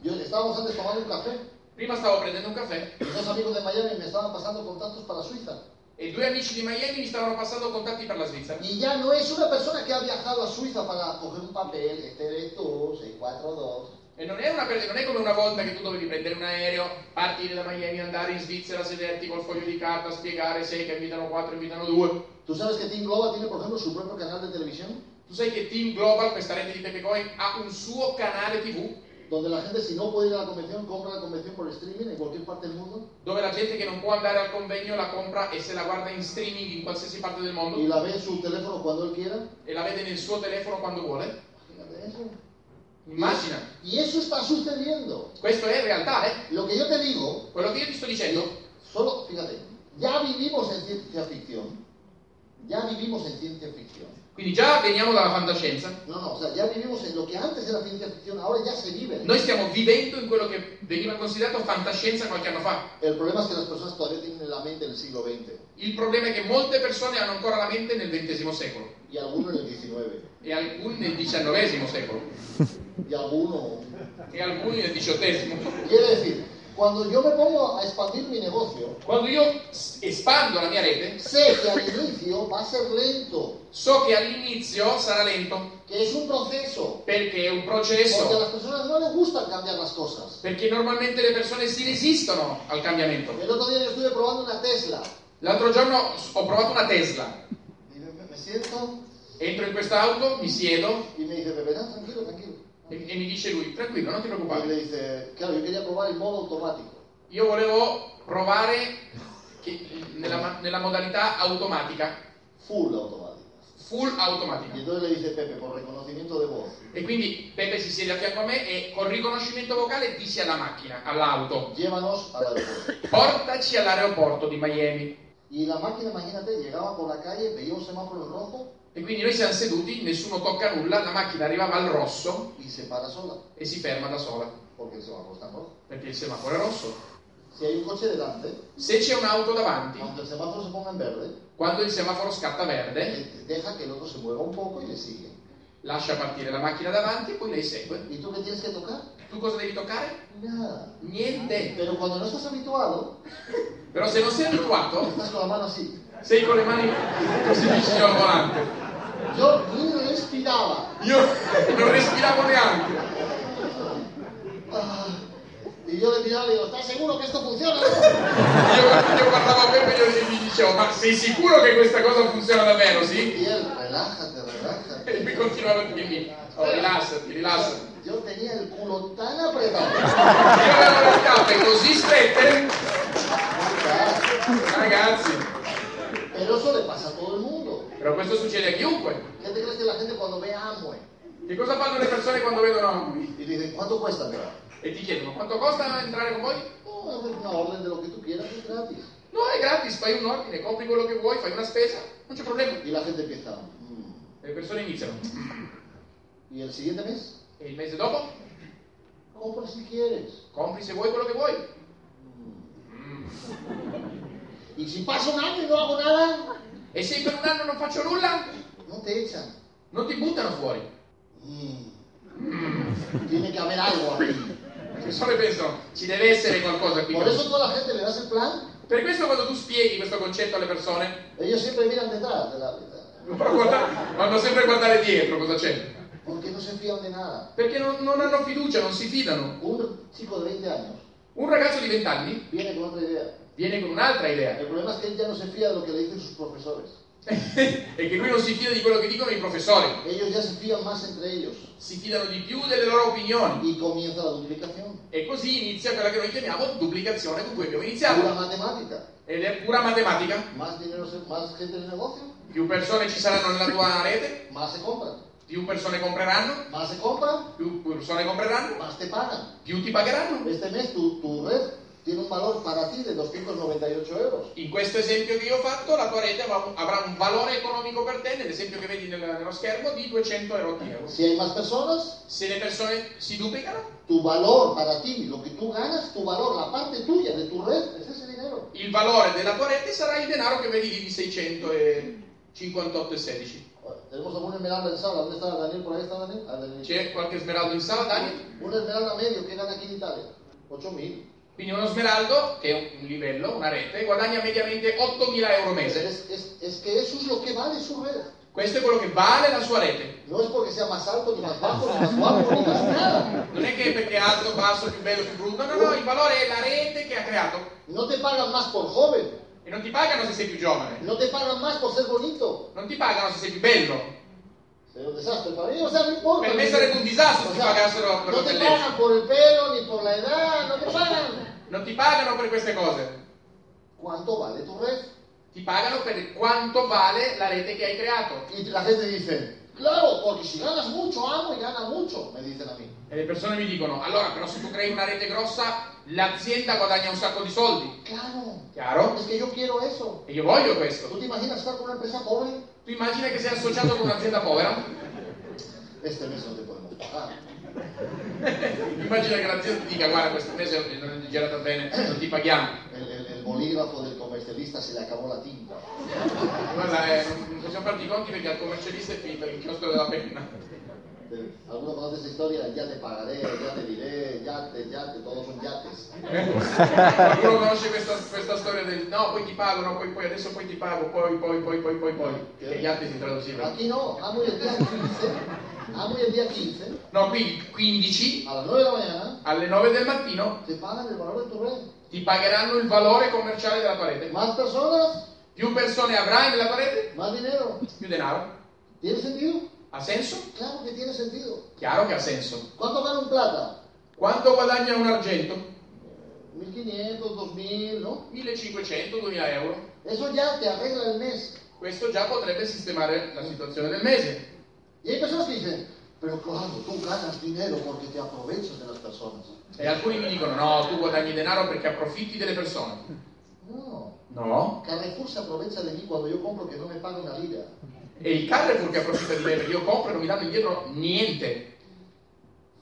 [SPEAKER 1] Yo estábamos antes tomando un café.
[SPEAKER 2] Prima stavo prendendo un caffè
[SPEAKER 1] Y dos amigos de Miami me estaban pasando contactos para Suiza.
[SPEAKER 2] e due amici di Miami mi stavano passando contatti per la Svizzera.
[SPEAKER 1] Y ya no es una persona que ha viajado a Suiza para coger un papel, este eres tú, 642.
[SPEAKER 2] E non è, una per- non è come una volta che tu dovevi prendere un aereo, partire da Miami, andare in Svizzera, sederti col foglio di carta, spiegare sei che invitano quattro, invitano due.
[SPEAKER 1] ¿Tú sabes que Team Global tiene, por ejemplo, su propio canal de televisión?
[SPEAKER 2] Tu sai che Team Global, questa rete di Pepecoin, ha un suo canale TV
[SPEAKER 1] donde la gente si no puede ir a la convención, compra la convención por streaming en cualquier parte del mundo
[SPEAKER 2] dove la gente che non può andare al convegno la compra e se la guarda in streaming in qualsiasi parte del
[SPEAKER 1] y
[SPEAKER 2] mondo
[SPEAKER 1] la ve en su teléfono cuando él quiera.
[SPEAKER 2] e la vede nel suo telefono quando vuole.
[SPEAKER 1] Fíjate eso.
[SPEAKER 2] Immagina,
[SPEAKER 1] Y eso está sucediendo.
[SPEAKER 2] questo è realtà, eh?
[SPEAKER 1] Lo que yo te digo,
[SPEAKER 2] Quello che io ti sto dicendo,
[SPEAKER 1] solo, fíjate, ya vivimos en ciencia ficción. Ya vivimos en ciencia ficción.
[SPEAKER 2] quindi già veniamo dalla fantascienza,
[SPEAKER 1] No, no, o sea, ya vivimos en lo que antes era ciencia ficción, ahora ya se vive.
[SPEAKER 2] noi stiamo vivendo in quello che veniva considerato fantascienza qualche anno fa.
[SPEAKER 1] El problema es que las personas todavía tienen en la mente el siglo XX
[SPEAKER 2] Il problema è che molte persone hanno ancora la mente nel XX secolo
[SPEAKER 1] y algunos en el XIX
[SPEAKER 2] e alcuni nel XIX secolo
[SPEAKER 1] y algunos...
[SPEAKER 2] e alcuni nel XVIII.
[SPEAKER 1] Quiere decir, cuando yo me pongo a expandir mi negocio,
[SPEAKER 2] Quando io s- espando la mia rete,
[SPEAKER 1] sé que al inicio va a ser lento,
[SPEAKER 2] so che all'inizio sarà lento
[SPEAKER 1] que es un proceso,
[SPEAKER 2] perché è un
[SPEAKER 1] porque a
[SPEAKER 2] processo,
[SPEAKER 1] las personas no les gusta cambiar las cosas.
[SPEAKER 2] perché normalmente le persone si resistono al cambiamento.
[SPEAKER 1] El otro día yo estuve probando una Tesla.
[SPEAKER 2] L'altro giorno s- ho provato una Tesla,
[SPEAKER 1] Y me, me siento
[SPEAKER 2] entro in quest'auto, mi siedo
[SPEAKER 1] y me dice, Pepe, no, tranquilo, tranquilo.
[SPEAKER 2] e, e mi dice lui, tranquillo, non ti
[SPEAKER 1] Y le
[SPEAKER 2] preoccupare,
[SPEAKER 1] dice, claro, yo quería probar el modo automático.
[SPEAKER 2] io volevo provare che- nella, ma- nella modalità automatica,
[SPEAKER 1] Full automático.
[SPEAKER 2] full
[SPEAKER 1] Y
[SPEAKER 2] automatica.
[SPEAKER 1] entonces le dice Pepe, por reconocimiento de voz,
[SPEAKER 2] E quindi Pepe si siede a fianco a me e con riconoscimento vocale dice alla macchina, all'auto,
[SPEAKER 1] llévanos al aeropuerto.
[SPEAKER 2] portaci all'aeroporto di Miami.
[SPEAKER 1] Y la máquina, imagínate, llegaba por la calle, veía un semáforo en rojo
[SPEAKER 2] E quindi noi siamo seduti, nessuno tocca nulla, la macchina arrivava al rosso
[SPEAKER 1] y se para sola,
[SPEAKER 2] e si ferma da sola,
[SPEAKER 1] porque el semáforo está en rojo.
[SPEAKER 2] perché il semaforo è rosso.
[SPEAKER 1] Si hay un coche delante,
[SPEAKER 2] Se c'è un'auto davanti,
[SPEAKER 1] aunque el semáforo se ponga en verde,
[SPEAKER 2] quando il semaforo scatta verde,
[SPEAKER 1] eh, deja que el otro se mueva un poco y le sigue.
[SPEAKER 2] lascia partire la macchina davanti e poi lei segue.
[SPEAKER 1] ¿Y tú qué tienes que tocar?
[SPEAKER 2] Tu cosa devi toccare?
[SPEAKER 1] Nada.
[SPEAKER 2] Niente.
[SPEAKER 1] Pero cuando no estás habituado,
[SPEAKER 2] Però se non sei abituato,
[SPEAKER 1] estás con la mano así.
[SPEAKER 2] sei con le mani così vicino al volante.
[SPEAKER 1] Yo ni respiraba.
[SPEAKER 2] Io non respiravo neanche.
[SPEAKER 1] Ah, Y yo le miraba y le digo, ¿estás seguro que esto funciona? no?"
[SPEAKER 2] Io, io guardavo a Peppe e io gli dicevo, ma sei sicuro che questa cosa funziona davvero, sì?
[SPEAKER 1] Y él, relájate,
[SPEAKER 2] E lui
[SPEAKER 1] relájate.
[SPEAKER 2] continuava a dirmi, oh, rilassati, rilassati.
[SPEAKER 1] Yo tenía el culo tan apretado.
[SPEAKER 2] Io avevo le tappe così strette, ragazzi.
[SPEAKER 1] Pero eso le pasa a todo el mundo.
[SPEAKER 2] Però questo succede a chiunque.
[SPEAKER 1] ¿Qué te crees que la gente cuando ve a Amway
[SPEAKER 2] Che cosa fanno le persone quando vedono Amway?
[SPEAKER 1] y dicen, ¿cuánto cuesta? entrar?"
[SPEAKER 2] E ti chiedono quanto costa entrare con voi?
[SPEAKER 1] No, haces una orden de lo que tú quieras, es gratis.
[SPEAKER 2] No, è gratis, fai un ordine, compri quello che vuoi, fai una spesa, non c'è problema.
[SPEAKER 1] Y la gente empieza. "Mm".
[SPEAKER 2] E le persone iniziano.
[SPEAKER 1] Y el siguiente mes,
[SPEAKER 2] E il mese dopo?
[SPEAKER 1] compra si quieres.
[SPEAKER 2] Compri se vuoi quello che vuoi.
[SPEAKER 1] Y si pasa un año y no hago nada,
[SPEAKER 2] E se per un anno non faccio nulla,
[SPEAKER 1] no te echan.
[SPEAKER 2] non ti buttano fuori.
[SPEAKER 1] Mm. Tiene que haber algo aquí.
[SPEAKER 2] Le persone pensano, ci deve essere qualcosa qui.
[SPEAKER 1] Por eso toda la gente le das el plan,
[SPEAKER 2] Per questo quando tu spieghi questo concetto alle persone, (laughs)
[SPEAKER 1] ellos siempre miran detrás de la vida,
[SPEAKER 2] loro guarda- vanno sempre a guardare dietro cosa c'è.
[SPEAKER 1] porque no se fían de nada.
[SPEAKER 2] Perché non, non hanno fiducia, non si fidano.
[SPEAKER 1] Un chico de 20 años
[SPEAKER 2] Un ragazzo di 20 anni
[SPEAKER 1] viene con otra idea.
[SPEAKER 2] viene con un'altra idea
[SPEAKER 1] El problema es que él ya no se fía de lo que le dicen sus profesores.
[SPEAKER 2] e che lui non si fida di quello che dicono i professori,
[SPEAKER 1] Ellos ya se fían más entre ellos
[SPEAKER 2] si fidano di più delle loro opinioni
[SPEAKER 1] y comienza la duplicación.
[SPEAKER 2] e così inizia quella che noi chiamiamo duplicazione con cui abbiamo iniziato
[SPEAKER 1] Pura matemática.
[SPEAKER 2] ed è pura matematica,
[SPEAKER 1] Más dinero, se- más gente en el negocio,
[SPEAKER 2] più persone ci saranno nella tua rete,
[SPEAKER 1] más se compra.
[SPEAKER 2] più persone compreranno,
[SPEAKER 1] Más se compra,
[SPEAKER 2] più persone compreranno,
[SPEAKER 1] más te pagan.
[SPEAKER 2] più ti pagheranno.
[SPEAKER 1] Este mes tu, tu red tiene un valor para ti de 298 euros.
[SPEAKER 2] In questo esempio che io ho fatto la tua rete avrà un, avrà un valore economico per te, nell'esempio che vedi nel- nello schermo, di 200 euro. all'anno.
[SPEAKER 1] Si hay más personas,
[SPEAKER 2] Se le persone si duplicano,
[SPEAKER 1] Tu valor para ti, lo que tú ganas, tu valor, la parte tuya de tu red, es ese dinero.
[SPEAKER 2] il valore della tua rete sarà il denaro che vedi lì di 658,16.
[SPEAKER 1] Ahora, Tenemos alguna esmeralda en sala. ¿Dónde está Daniel? ¿Por ahí está Daniel? Ah, Daniel.
[SPEAKER 2] C'è qualche smeraldo in sala, Daniel?
[SPEAKER 1] Una esmeralda medio que gana aquí en Italia. 8.000.
[SPEAKER 2] Quindi uno smeraldo, che è un livello, una rete, guadagna mediamente 8.000 euro al
[SPEAKER 1] Es,
[SPEAKER 2] mese.
[SPEAKER 1] es- es que eso es lo que vale su red.
[SPEAKER 2] Questo è quello che vale la sua rete.
[SPEAKER 1] No es porque sea más alto, ni más bajo, ni más guapo, ni más nada.
[SPEAKER 2] Non è che perché è alto, basso, più bello, più brutto, no, no, il valore è la rete che ha creato.
[SPEAKER 1] No te pagan más por joven.
[SPEAKER 2] E non ti pagano se sei più giovane,
[SPEAKER 1] No te pagan más por ser bonito.
[SPEAKER 2] non ti pagano se sei più bello,
[SPEAKER 1] Sería un desastre para mí, o sea, no importa.
[SPEAKER 2] Per me sarebbe un disastro
[SPEAKER 1] O
[SPEAKER 2] se
[SPEAKER 1] sea,
[SPEAKER 2] pagassero per
[SPEAKER 1] No te
[SPEAKER 2] l'hotelletto.
[SPEAKER 1] pagan por el pelo ni por la edad, no te pagan.
[SPEAKER 2] Non ti pagano per queste cose.
[SPEAKER 1] ¿Cuánto vale tu red?
[SPEAKER 2] Ti pagano per quanto vale la rete che hai creato.
[SPEAKER 1] Y la gente dice, claro, porque si ganas mucho, amo y gana mucho, me dicen a mí.
[SPEAKER 2] E le persone mi dicono, allora però se tu crei una rete grossa, l'azienda guadagna un sacco di soldi.
[SPEAKER 1] Claro,
[SPEAKER 2] Chiaro?
[SPEAKER 1] es que yo quiero eso.
[SPEAKER 2] E io voglio
[SPEAKER 1] ¿Tú
[SPEAKER 2] questo.
[SPEAKER 1] te imaginas estar con una empresa pobre?
[SPEAKER 2] Tu immagina che sei associato con un'azienda povera?
[SPEAKER 1] Este mes no te podemos pagar.
[SPEAKER 2] Immagina che l'azienda ti dica, guarda, questo mese non è girata bene, non ti paghiamo.
[SPEAKER 1] El, el- el bolígrafo del comercialista se le acabó la tinta.
[SPEAKER 2] Guarda, eh, non possiamo farti i conti perché al commercialista è finito l'inchiostro della penna.
[SPEAKER 1] Eh, Algunos conocen esa historia, ya te pagaré, ya te diré, yate, yate, todos son yates.
[SPEAKER 2] Qualcuno conosce questa, questa storia del no, poi ti pago, no, poi, poi, adesso poi ti pago, poi, poi, poi, poi, poi, poi. E gli altri si traducevano.
[SPEAKER 1] Aquí no, amo y el día 15, amo y el día 15,
[SPEAKER 2] No, qui 15
[SPEAKER 1] a las 9 de la mañana,
[SPEAKER 2] alle 9 del mattino
[SPEAKER 1] te pagan el valor de tu red.
[SPEAKER 2] ti pagheranno il valore commerciale della parete.
[SPEAKER 1] Más personas,
[SPEAKER 2] Più persone avrai nella parete,
[SPEAKER 1] más dinero.
[SPEAKER 2] più denaro.
[SPEAKER 1] ¿Tiene sentido?
[SPEAKER 2] Ha senso?
[SPEAKER 1] Claro que tiene sentido.
[SPEAKER 2] Chiaro che ha senso.
[SPEAKER 1] ¿Cuánto gana un plata?
[SPEAKER 2] Quanto guadagna un argento?
[SPEAKER 1] 1.500, 2.000, ¿no?
[SPEAKER 2] 1500, 2000 euro.
[SPEAKER 1] Eso ya te arregla el mes.
[SPEAKER 2] Questo già potrebbe sistemare la situazione del mese.
[SPEAKER 1] Y hay personas que dicen, pero claro, tú ganas dinero porque te aprovechas de las personas.
[SPEAKER 2] E alcuni mi dicono no, tu guadagni denaro perché approfitti delle persone.
[SPEAKER 1] No,
[SPEAKER 2] No.
[SPEAKER 1] Carrefour se aprovecha de mí cuando yo compro que no me paga una lira.
[SPEAKER 2] E il Carrefour che approfitta di me perché io compro e non mi danno indietro niente.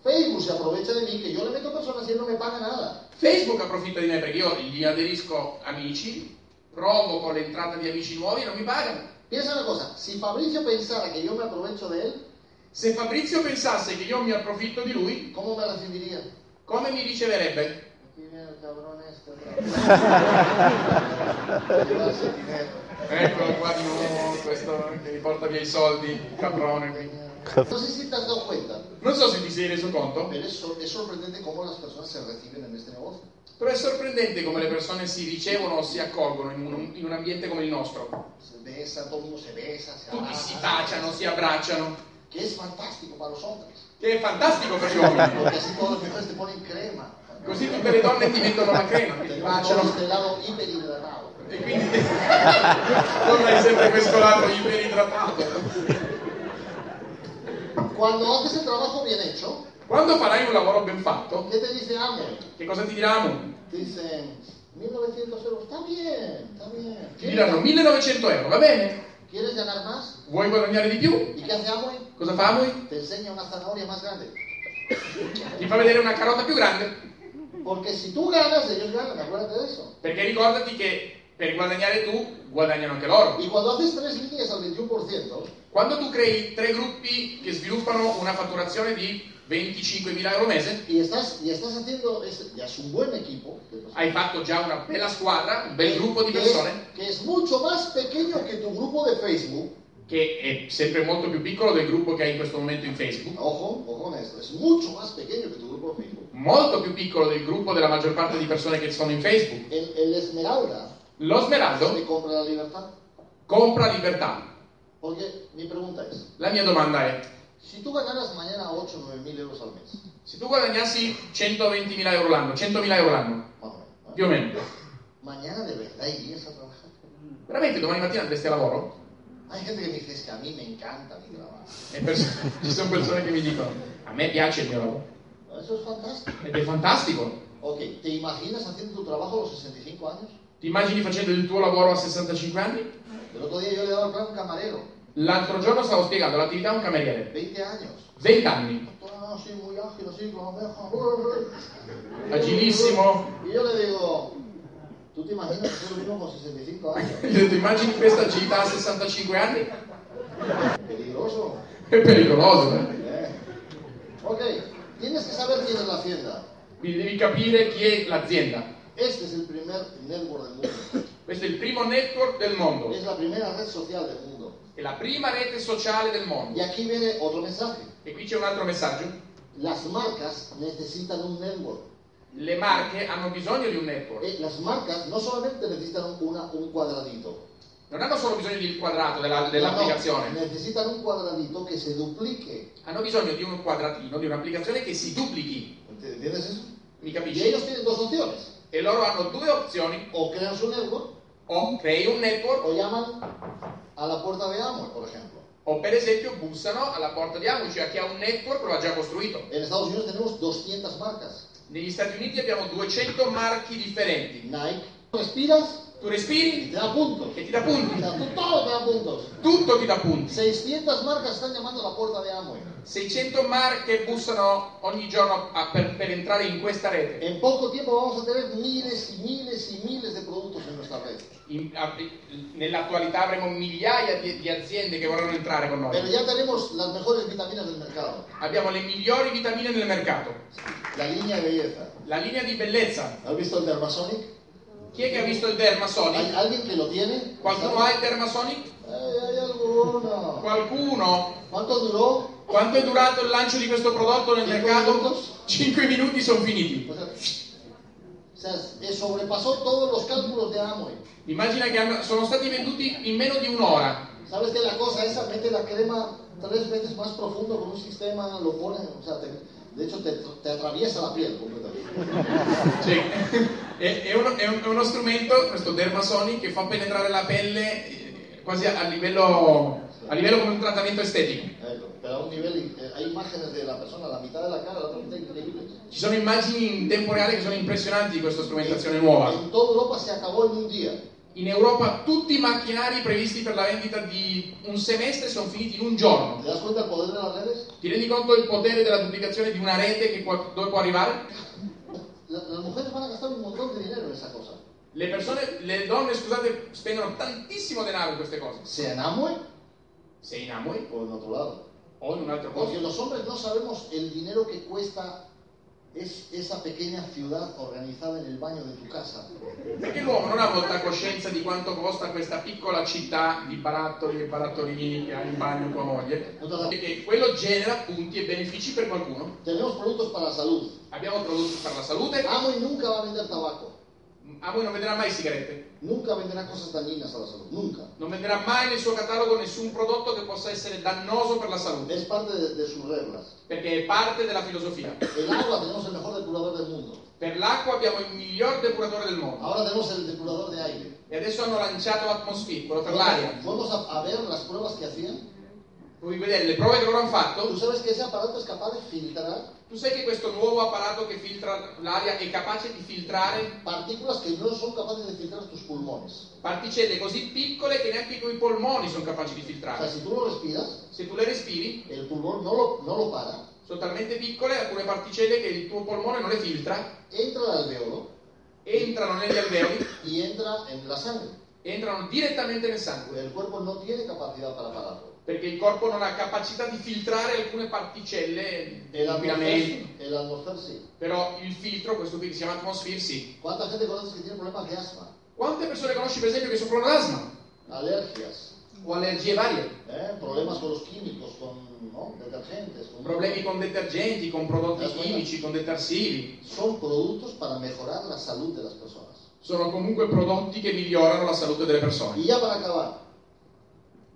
[SPEAKER 1] Facebook se aprovecha de mí que yo le meto personas y él no me paga nada.
[SPEAKER 2] Facebook approfitta di me perché io gli aderisco amici, provoco l'entrata di amici nuovi e non mi pagano.
[SPEAKER 1] Piensa una cosa, si Fabricio pensara que yo me aprovecho de él,
[SPEAKER 2] Se Fabrizio pensasse che io mi approfitto di lui,
[SPEAKER 1] ¿cómo me recibiría?
[SPEAKER 2] come mi riceverebbe?
[SPEAKER 1] Aquí viene el cabrón este. (laughs) otra vez. Llevarse dinero.
[SPEAKER 2] Eccolo qua di nuovo, questo che mi porta via i soldi, il caprone. qui.
[SPEAKER 1] No sé si te has dado cuenta,
[SPEAKER 2] Non so se ti sei reso conto,
[SPEAKER 1] pero es, sor- es sorprendente cómo las personas se reciben en este negocio.
[SPEAKER 2] però è sorprendente come le persone si ricevono o si accolgono in un, in un ambiente come il nostro.
[SPEAKER 1] Se besa, todo el mundo se besa, se
[SPEAKER 2] Tutti si
[SPEAKER 1] abraza,
[SPEAKER 2] baciano, si abbracciano,
[SPEAKER 1] que es fantástico para los hombres,
[SPEAKER 2] che è fantastico per gli uomini.
[SPEAKER 1] porque así todas las mujeres te ponen crema,
[SPEAKER 2] Così tutte le donne ti mettono la crema, ti
[SPEAKER 1] te ponen todo
[SPEAKER 2] baciano
[SPEAKER 1] este lado hiperhidratado.
[SPEAKER 2] e quindi (laughs) dovrai sempre questo lato iperidratato.
[SPEAKER 1] Cuando haces el trabajo bien hecho,
[SPEAKER 2] Quando farai un lavoro ben fatto,
[SPEAKER 1] ¿qué te dice amo?
[SPEAKER 2] che cosa ti diranno?
[SPEAKER 1] Te dicen 1900 euros, está bien, está bien.
[SPEAKER 2] Ti diranno
[SPEAKER 1] ¿Quieres,
[SPEAKER 2] 1900 euro, va bene?
[SPEAKER 1] quieres ganar más?
[SPEAKER 2] Vuoi guadagnare di più?
[SPEAKER 1] ¿Y qué hace Amway?
[SPEAKER 2] Cosa fa voi?
[SPEAKER 1] Te enseña una zanahoria más grande.
[SPEAKER 2] Ti fa vedere una carota più grande?
[SPEAKER 1] Porque si tú ganas, ellos ganan, acuérdate de eso.
[SPEAKER 2] Perché ricordati che per guadagnare tu, guadagnano anche loro.
[SPEAKER 1] Y cuando haces tres líneas al 21%,
[SPEAKER 2] Quando tu crei tre gruppi che sviluppano una fatturazione di 25.000 euro al mese,
[SPEAKER 1] y estás, y estás haciendo, es, ya es un buen equipo, de personas,
[SPEAKER 2] hai fatto già una bella squadra, un bel gruppo di
[SPEAKER 1] que, es,
[SPEAKER 2] persone,
[SPEAKER 1] que es mucho más pequeño que tu grupo de Facebook,
[SPEAKER 2] che è sempre molto più piccolo del gruppo che hai in questo momento in Facebook,
[SPEAKER 1] ojo, ojo con esto, es mucho más pequeño que tu grupo de Facebook.
[SPEAKER 2] molto più piccolo del gruppo della maggior parte di persone che sono in Facebook.
[SPEAKER 1] El, el Esmeralda
[SPEAKER 2] Lo smeraldo
[SPEAKER 1] te compra la libertad.
[SPEAKER 2] compra libertà.
[SPEAKER 1] Porque mi pregunta es,
[SPEAKER 2] La mia domanda è,
[SPEAKER 1] si tú ganaras mañana 8 o 9 mil euros al mes,
[SPEAKER 2] se tu guadagnassi 120.000 euro l'anno, 100.000 euro l'anno,
[SPEAKER 1] más o menos, ¿eh?
[SPEAKER 2] più o meno,
[SPEAKER 1] mañana de verdad irías a trabajar.
[SPEAKER 2] veramente domani mattina andresti a lavoro?
[SPEAKER 1] Hay gente que me dice, es que a mí me encanta mi trabajo.
[SPEAKER 2] E pers- (laughs) ci sono persone che mi dicono, a me piace il mio lavoro,
[SPEAKER 1] Eso es fantástico.
[SPEAKER 2] ed è fantastico.
[SPEAKER 1] Ok, ¿te imaginas haciendo tu trabajo a los 65 años?
[SPEAKER 2] Ti immagini facendo il tuo lavoro a 65 anni?
[SPEAKER 1] El otro día yo le daba el plan a un camarero,
[SPEAKER 2] L'altro giorno stavo spiegando l'attività a un cameriere,
[SPEAKER 1] 20 años.
[SPEAKER 2] 20 anni,
[SPEAKER 1] Ah, sí, muy ágil, así, con la oreja.
[SPEAKER 2] agilissimo.
[SPEAKER 1] Y yo le digo, ¿tú te imaginas que tú lo mismo con 65 años?
[SPEAKER 2] Gli ho detto, immagini questa attività a 65 anni?
[SPEAKER 1] Peligroso.
[SPEAKER 2] È pericoloso, eh?
[SPEAKER 1] ¿eh? Ok, tienes que saber quién es la hacienda.
[SPEAKER 2] Quindi devi capire chi è l'azienda.
[SPEAKER 1] Este es el primer network del mundo.
[SPEAKER 2] Questo è il primo network del mondo.
[SPEAKER 1] Es la primera red social del mundo.
[SPEAKER 2] È la prima rete sociale del mondo.
[SPEAKER 1] Y aquí viene otro mensaje.
[SPEAKER 2] E qui c'è un altro messaggio.
[SPEAKER 1] Las marcas necesitan un network.
[SPEAKER 2] Le marche hanno bisogno di un network.
[SPEAKER 1] Eh, las marcas no solamente necesitan una- un cuadradito.
[SPEAKER 2] non hanno solo bisogno del quadrato della-
[SPEAKER 1] No,
[SPEAKER 2] dell'applicazione,
[SPEAKER 1] necesitan un cuadradito que se duplique.
[SPEAKER 2] hanno bisogno di un quadratino, di un'applicazione che si duplichi,
[SPEAKER 1] ¿Entiendes eso?
[SPEAKER 2] mi
[SPEAKER 1] Y
[SPEAKER 2] capisci?
[SPEAKER 1] ellos tienen dos opciones.
[SPEAKER 2] E loro hanno due opzioni,
[SPEAKER 1] O crean su network
[SPEAKER 2] o crei un network,
[SPEAKER 1] o llaman a la puerta de Amway, por ejemplo.
[SPEAKER 2] o per esempio bussano alla porta di Amway, cioè chi ha un network lo ha già costruito.
[SPEAKER 1] En Estados Unidos tenemos 200 marcas.
[SPEAKER 2] Negli Stati Uniti abbiamo 200 marchi differenti.
[SPEAKER 1] Nike. Respiras
[SPEAKER 2] Tu respiri
[SPEAKER 1] y te da puntos.
[SPEAKER 2] e ti dà
[SPEAKER 1] O
[SPEAKER 2] punti,
[SPEAKER 1] sea, tú todo te da puntos.
[SPEAKER 2] tutto ti dà punti.
[SPEAKER 1] 600 marcas están llamando a la puerta de Amway.
[SPEAKER 2] 600 marche bussano ogni giorno a- per, per entrare in questa rete.
[SPEAKER 1] En poco tiempo vamos a tener miles y miles y miles de productos en nuestra red.
[SPEAKER 2] In- a- nell'attualità avremo migliaia di, di aziende che vorranno entrare con
[SPEAKER 1] Pero
[SPEAKER 2] noi.
[SPEAKER 1] ya tenemos las mejores vitaminas del mercado.
[SPEAKER 2] Abbiamo le migliori vitamine del mercato.
[SPEAKER 1] La línea de belleza.
[SPEAKER 2] La linea di bellezza.
[SPEAKER 1] ¿Has visto el Dermasonic?
[SPEAKER 2] Chi è che ha visto il
[SPEAKER 1] ¿Hay
[SPEAKER 2] Dermasonic?
[SPEAKER 1] alguien que lo tiene?
[SPEAKER 2] Qualcuno ha il Dermasonic?
[SPEAKER 1] Ay, hay alguna.
[SPEAKER 2] Qualcuno?
[SPEAKER 1] ¿Cuánto duró?
[SPEAKER 2] Quanto è durato il lancio di questo prodotto nel
[SPEAKER 1] Cinque minuti?
[SPEAKER 2] mercato? 5 minuti sono finiti.
[SPEAKER 1] O sea, o sea, eh, sobrepasó todos los cálculos de Amway.
[SPEAKER 2] Immagina che hanno- sono stati venduti in meno di un'ora.
[SPEAKER 1] ¿Sabes que la cosa esa? Mete la crema tres veces más profundo con un sistema, lo pone, o sea, te- de hecho te, te atraviesa la piel completamente.
[SPEAKER 2] Sì. È, è uno, è un- è uno strumento, questo Dermasonic, che fa penetrare la pelle eh, quasi a, a livello, a livello come un trattamento estetico.
[SPEAKER 1] Eh, Pero a un nivel, eh, hay imágenes de la persona, la mitad de la cara, la otra mitad increíble.
[SPEAKER 2] Ci sono immagini in tempo reale che sono impressionanti di questa strumentazione nuova.
[SPEAKER 1] En toda Europa se acabó en un día.
[SPEAKER 2] In Europa tutti i macchinari previsti per la vendita di un semestre sono finiti in un giorno.
[SPEAKER 1] ¿Te das cuenta del poder de las redes?
[SPEAKER 2] Ti rendi conto il potere della duplicazione di una rete che qua- dove può arrivare?
[SPEAKER 1] La- las mujeres van a gastar un montón de dinero en esa cosa.
[SPEAKER 2] Le persone, le donne, scusate, spendono tantissimo denaro in queste cose.
[SPEAKER 1] ¿Sea en Amway
[SPEAKER 2] Se in Amway
[SPEAKER 1] o en otro lado?
[SPEAKER 2] o in un altro posto.
[SPEAKER 1] Porque los hombres no sabemos el dinero que cuesta es esa pequeña ciudad organizada en el baño de tu casa.
[SPEAKER 2] Perché l'uomo non ha molta coscienza di quanto costa questa piccola città di barattoli e barattolini che ha in bagno tua moglie.
[SPEAKER 1] Nosotros
[SPEAKER 2] Perché quello genera punti e benefici per qualcuno.
[SPEAKER 1] tenemos productos para la salud.
[SPEAKER 2] Abbiamo prodotti per la salute,
[SPEAKER 1] Amway nunca va a vender tabaco.
[SPEAKER 2] a voi non venderà mai sigarette,
[SPEAKER 1] Nunca venderá cosas dañinas a la salud. Nunca.
[SPEAKER 2] non venderà mai nel suo catalogo nessun prodotto che possa essere dannoso per la salute,
[SPEAKER 1] Es parte de, de sus reglas.
[SPEAKER 2] perché è parte della filosofia.
[SPEAKER 1] El agua tenemos el mejor depurador del mundo.
[SPEAKER 2] Per l'acqua abbiamo il miglior depuratore del mondo
[SPEAKER 1] Ahora tenemos el depurador de aire.
[SPEAKER 2] e adesso hanno lanciato l'atmosfera, quello per l'aria.
[SPEAKER 1] Fuimos a, a ver las pruebas que hacían.
[SPEAKER 2] Vuoi vedere le prove che loro hanno
[SPEAKER 1] Tú
[SPEAKER 2] fatto?
[SPEAKER 1] sabes que ese aparato es capaz de filtrar
[SPEAKER 2] Tu sai che questo nuovo apparato che filtra l'aria è capace di filtrare
[SPEAKER 1] partículas que no son capaces de filtrar tus pulmones.
[SPEAKER 2] particelle così piccole che neanche i tuoi polmoni sono capaci di
[SPEAKER 1] O sea,
[SPEAKER 2] filtrare.
[SPEAKER 1] si tú lo respiras,
[SPEAKER 2] Se tu le respiri,
[SPEAKER 1] el pulmón no lo, no lo para.
[SPEAKER 2] sono talmente piccole alcune particelle che il tuo polmone non le filtra,
[SPEAKER 1] entra al alveolo
[SPEAKER 2] entrano negli alveoli,
[SPEAKER 1] y entra en la sangre.
[SPEAKER 2] entrano direttamente nel sangue,
[SPEAKER 1] El cuerpo no tiene capacidad para pararlo.
[SPEAKER 2] perché il corpo non ha capacità di filtrare alcune particelle
[SPEAKER 1] El
[SPEAKER 2] inquinamento.
[SPEAKER 1] atmosfer, el atmosfer sí.
[SPEAKER 2] Però il filtro, questo qui che si chiama atmosfera, sì.
[SPEAKER 1] ¿Cuánta gente conoces que tiene problemas de asma?
[SPEAKER 2] Quante persone conosci per esempio che soffrono d'asma
[SPEAKER 1] Alergias,
[SPEAKER 2] o allergie varie?
[SPEAKER 1] ¿eh? problemas con los químicos, con ¿no? detergentes. Con...
[SPEAKER 2] Problemi con detergenti, con prodotti chimici, con detersivi.
[SPEAKER 1] Son productos para mejorar la salud de las personas.
[SPEAKER 2] Sono comunque prodotti che migliorano la salute delle persone.
[SPEAKER 1] Y ya para acabar,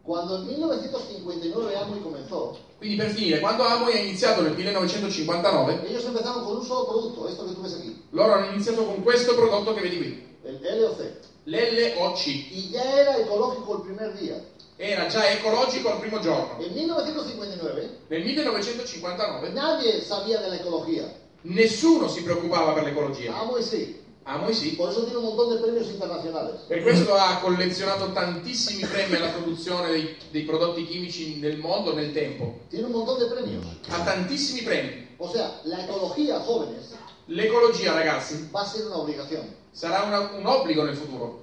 [SPEAKER 1] cuando en 1959 Amway comenzó,
[SPEAKER 2] Quindi per finire, quando Amway ha iniziato nel 1959,
[SPEAKER 1] ellos empezaron con un solo producto, esto que tú ves aquí,
[SPEAKER 2] loro hanno iniziato con questo prodotto che vedi qui,
[SPEAKER 1] el LOC.
[SPEAKER 2] l'LOC.
[SPEAKER 1] Y ya era ecológico el primer día.
[SPEAKER 2] Era già ecologico al primo giorno.
[SPEAKER 1] En 1959
[SPEAKER 2] Nel 1959
[SPEAKER 1] Pues Nadie sabía de la ecología.
[SPEAKER 2] nessuno si preoccupava per l'ecologia.
[SPEAKER 1] Amway sí.
[SPEAKER 2] Amway Ah, sì.
[SPEAKER 1] Por eso tiene un montón de premios internacionales.
[SPEAKER 2] Per questo ha collezionato tantissimi premi alla produzione dei, dei prodotti chimici nel mondo nel tempo.
[SPEAKER 1] Tiene un montón de premios.
[SPEAKER 2] Ha tantissimi premi.
[SPEAKER 1] O sea, la ecología, jóvenes,
[SPEAKER 2] L'ecologia, ragazzi,
[SPEAKER 1] va a ser una obligación.
[SPEAKER 2] sarà una- un obbligo nel futuro.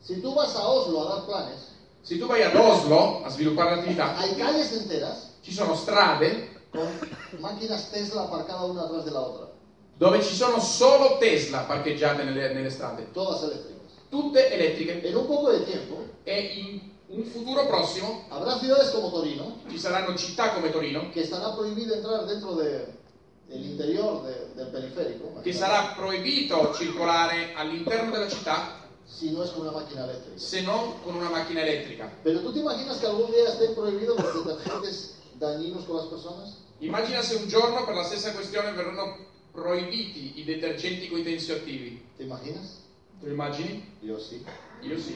[SPEAKER 1] Si tú vas a Oslo a dar planes,
[SPEAKER 2] Se tu vai ad Oslo a sviluppare l'attività,
[SPEAKER 1] hay calles enteras
[SPEAKER 2] ci sono strade
[SPEAKER 1] con máquinas Tesla aparcadas una atrás de la otra.
[SPEAKER 2] dove ci sono solo Tesla parcheggiate nelle, nelle strade,
[SPEAKER 1] Todas eléctricas.
[SPEAKER 2] tutte elettriche.
[SPEAKER 1] En un poco de tiempo,
[SPEAKER 2] E in un futuro prossimo
[SPEAKER 1] habrá ciudades como Torino
[SPEAKER 2] ci saranno città come Torino
[SPEAKER 1] que estará prohibido entrar dentro de- del interior de- del periférico.
[SPEAKER 2] che sarà proibito circolare all'interno della città
[SPEAKER 1] si no es con una máquina elettrica.
[SPEAKER 2] se non con una macchina elettrica.
[SPEAKER 1] Pero tú te imaginas que algún día esté prohibido los detergentes dañinos con las personas?
[SPEAKER 2] Immagina se un giorno per la stessa questione verranno proibiti i detergenti con i tensioattivi.
[SPEAKER 1] ¿Te imaginas?
[SPEAKER 2] Tu immagini?
[SPEAKER 1] Yo sí. (laughs)
[SPEAKER 2] Io sì.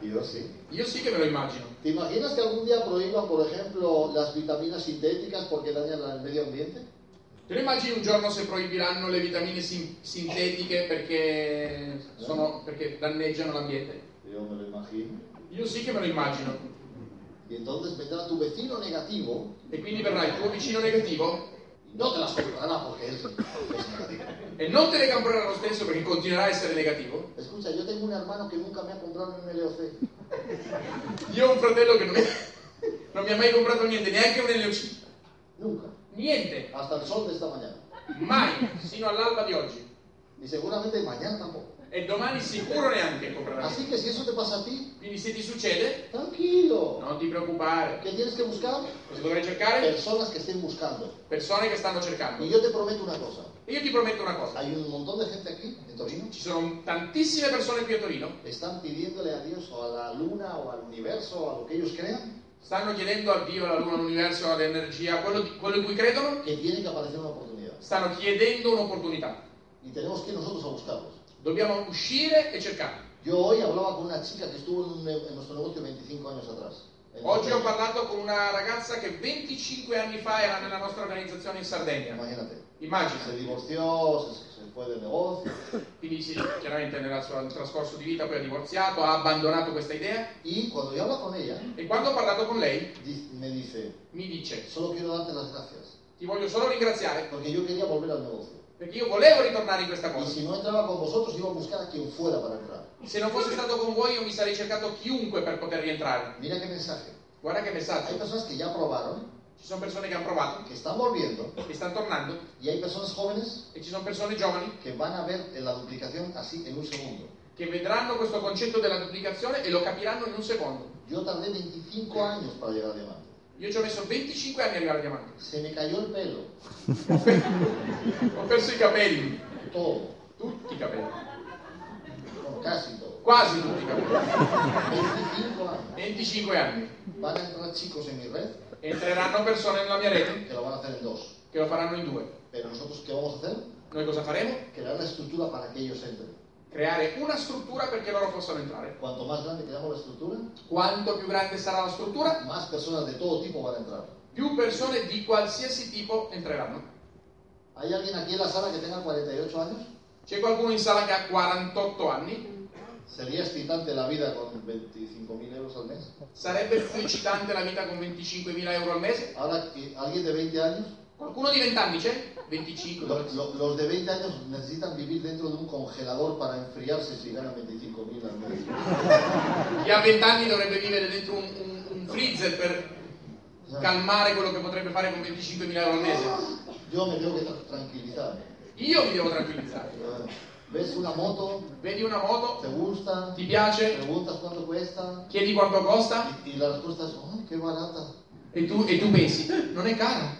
[SPEAKER 1] Yo sí.
[SPEAKER 2] Io sì che me lo immagino.
[SPEAKER 1] ¿Te imaginas que algún día prohíban, por ejemplo, las vitaminas sintéticas porque dañan al medio ambiente?
[SPEAKER 2] Te lo immagini un giorno se proibiranno le vitamine sin- sintetiche perché, sono, perché danneggiano l'ambiente?
[SPEAKER 1] Yo me lo imagino.
[SPEAKER 2] Io sì che me lo immagino.
[SPEAKER 1] Y entonces vendrá tu vecino negativo
[SPEAKER 2] E quindi verrà il tuo vicino negativo
[SPEAKER 1] y no te las comprará porque él es negativo.
[SPEAKER 2] e non te le camperà lo stesso perché continuerà a essere negativo.
[SPEAKER 1] Escucha, yo tengo un hermano que nunca me ha comprado un LOC.
[SPEAKER 2] Io ho un fratello che non, non mi ha mai comprato niente, neanche un LOC.
[SPEAKER 1] Nunca.
[SPEAKER 2] Niente,
[SPEAKER 1] Hasta el sol de esta mañana.
[SPEAKER 2] mai, sino all'alba di oggi.
[SPEAKER 1] Y seguramente mañana tampoco.
[SPEAKER 2] E domani sicuro neanche comprerà.
[SPEAKER 1] Así que si eso te pasa a ti,
[SPEAKER 2] Quindi se ti succede,
[SPEAKER 1] tranquilo.
[SPEAKER 2] non ti preoccupare.
[SPEAKER 1] ¿Qué tienes que buscar?
[SPEAKER 2] Cosa dovrei cercare?
[SPEAKER 1] Personas que estén buscando.
[SPEAKER 2] Persone che stanno cercando.
[SPEAKER 1] Y yo te prometo una cosa.
[SPEAKER 2] E io ti prometto una cosa.
[SPEAKER 1] Hay un montón de gente aquí, en Torino,
[SPEAKER 2] Ci sono tantissime persone qui a Torino
[SPEAKER 1] están pidiéndole a Dios o a la luna o al universo o a lo que ellos crean
[SPEAKER 2] stanno chiedendo a Dio, alla Luna, all'universo, all'energia, quello, di- quello in cui credono,
[SPEAKER 1] que tiene que aparecer una oportunidad.
[SPEAKER 2] stanno chiedendo un'opportunità.
[SPEAKER 1] Y tenemos que ir nosotros a buscarlos.
[SPEAKER 2] Dobbiamo uscire e cercarla.
[SPEAKER 1] Yo hoy hablaba con una chica que estuvo en, un ne- en nuestro negocio 25 años atrás. En
[SPEAKER 2] Oggi ho
[SPEAKER 1] Sardegna.
[SPEAKER 2] parlato con una ragazza che 25 anni fa era nella nostra organizzazione in Sardegna.
[SPEAKER 1] Imagínate. Se
[SPEAKER 2] Immagina,
[SPEAKER 1] divorció, se, se fue del negocio.
[SPEAKER 2] quindi sì, chiaramente nel suo trascorso di vita poi ha divorziato, ha abbandonato questa idea
[SPEAKER 1] Y cuando yo hablo con ella,
[SPEAKER 2] e quando ho parlato con lei
[SPEAKER 1] di- me dice,
[SPEAKER 2] mi dice
[SPEAKER 1] solo quiero darte las gracias.
[SPEAKER 2] ti voglio solo ringraziare
[SPEAKER 1] Porque yo quería volver al negocio.
[SPEAKER 2] perché io volevo ritornare in questa
[SPEAKER 1] Y
[SPEAKER 2] cosa.
[SPEAKER 1] si no entraba con vosotros, iba a buscar a quien fuera para entrar.
[SPEAKER 2] Se non fosse stato con voi io mi sarei cercato chiunque per poter rientrare.
[SPEAKER 1] Mira qué mensaje.
[SPEAKER 2] Guarda che
[SPEAKER 1] Hay
[SPEAKER 2] messaggio,
[SPEAKER 1] personas que ya probaron,
[SPEAKER 2] ci sono persone che hanno provato,
[SPEAKER 1] que están volviendo,
[SPEAKER 2] che stanno tornando
[SPEAKER 1] y hay personas jóvenes
[SPEAKER 2] e ci sono persone giovani
[SPEAKER 1] que van a ver la duplicación así en un segundo.
[SPEAKER 2] che vedranno questo concetto della duplicazione e lo capiranno in un secondo.
[SPEAKER 1] Yo tardé 25 años para llegar a diamante.
[SPEAKER 2] Io ci ho messo 25 anni a arrivare al diamante.
[SPEAKER 1] Se me cayó el pelo,
[SPEAKER 2] Ho perso i capelli,
[SPEAKER 1] todo,
[SPEAKER 2] tutti i capelli,
[SPEAKER 1] bueno, casi todo.
[SPEAKER 2] quasi tutti i capelli.
[SPEAKER 1] 25 años.
[SPEAKER 2] 25 anni.
[SPEAKER 1] Van a entrar chicos en mi red
[SPEAKER 2] Entreranno persone nella mia rete
[SPEAKER 1] que lo van a hacer en dos.
[SPEAKER 2] che lo faranno in due.
[SPEAKER 1] Pero nosotros, ¿qué vamos a hacer?
[SPEAKER 2] Noi cosa faremo?
[SPEAKER 1] Crear la estructura para que ellos entren.
[SPEAKER 2] Creare una struttura perché loro possano entrare.
[SPEAKER 1] Cuanto más grande creamos la estructura,
[SPEAKER 2] Quanto più grande sarà la struttura,
[SPEAKER 1] más personas de todo tipo van a entrar.
[SPEAKER 2] più persone di qualsiasi tipo entreranno.
[SPEAKER 1] ¿Hay alguien aquí en la sala que tenga 48 años?
[SPEAKER 2] C'è qualcuno in sala che ha 48 anni?
[SPEAKER 1] ¿Sería excitante la vida con 25.000 euros al mes?
[SPEAKER 2] Sarebbe più eccitante la vita con 25.000 euro al mese?
[SPEAKER 1] Ahora, que ¿alguien de 20 años?
[SPEAKER 2] Qualcuno di 20 anni c'è? 25,
[SPEAKER 1] Lo-
[SPEAKER 2] dove-
[SPEAKER 1] lo- los de 20 años necesitan vivir dentro de un congelador para enfriarse si ganan 25.000 al mes.
[SPEAKER 2] Chi ha 20 anni dovrebbe vivere dentro un- un- un freezer per calmare quello che potrebbe fare con 25.000 euro al mese.
[SPEAKER 1] Yo me tengo que tra- tranquilizar.
[SPEAKER 2] Io mi devo tranquillizzare.
[SPEAKER 1] ¿Ves una moto?
[SPEAKER 2] Vedi una moto,
[SPEAKER 1] ¿Te gusta?
[SPEAKER 2] ti piace,
[SPEAKER 1] Preguntas cuánto cuesta
[SPEAKER 2] chiedi quanto costa
[SPEAKER 1] y, y la respuesta es, ¡ay, qué barata!
[SPEAKER 2] e tu, e tu pensi, non è cara.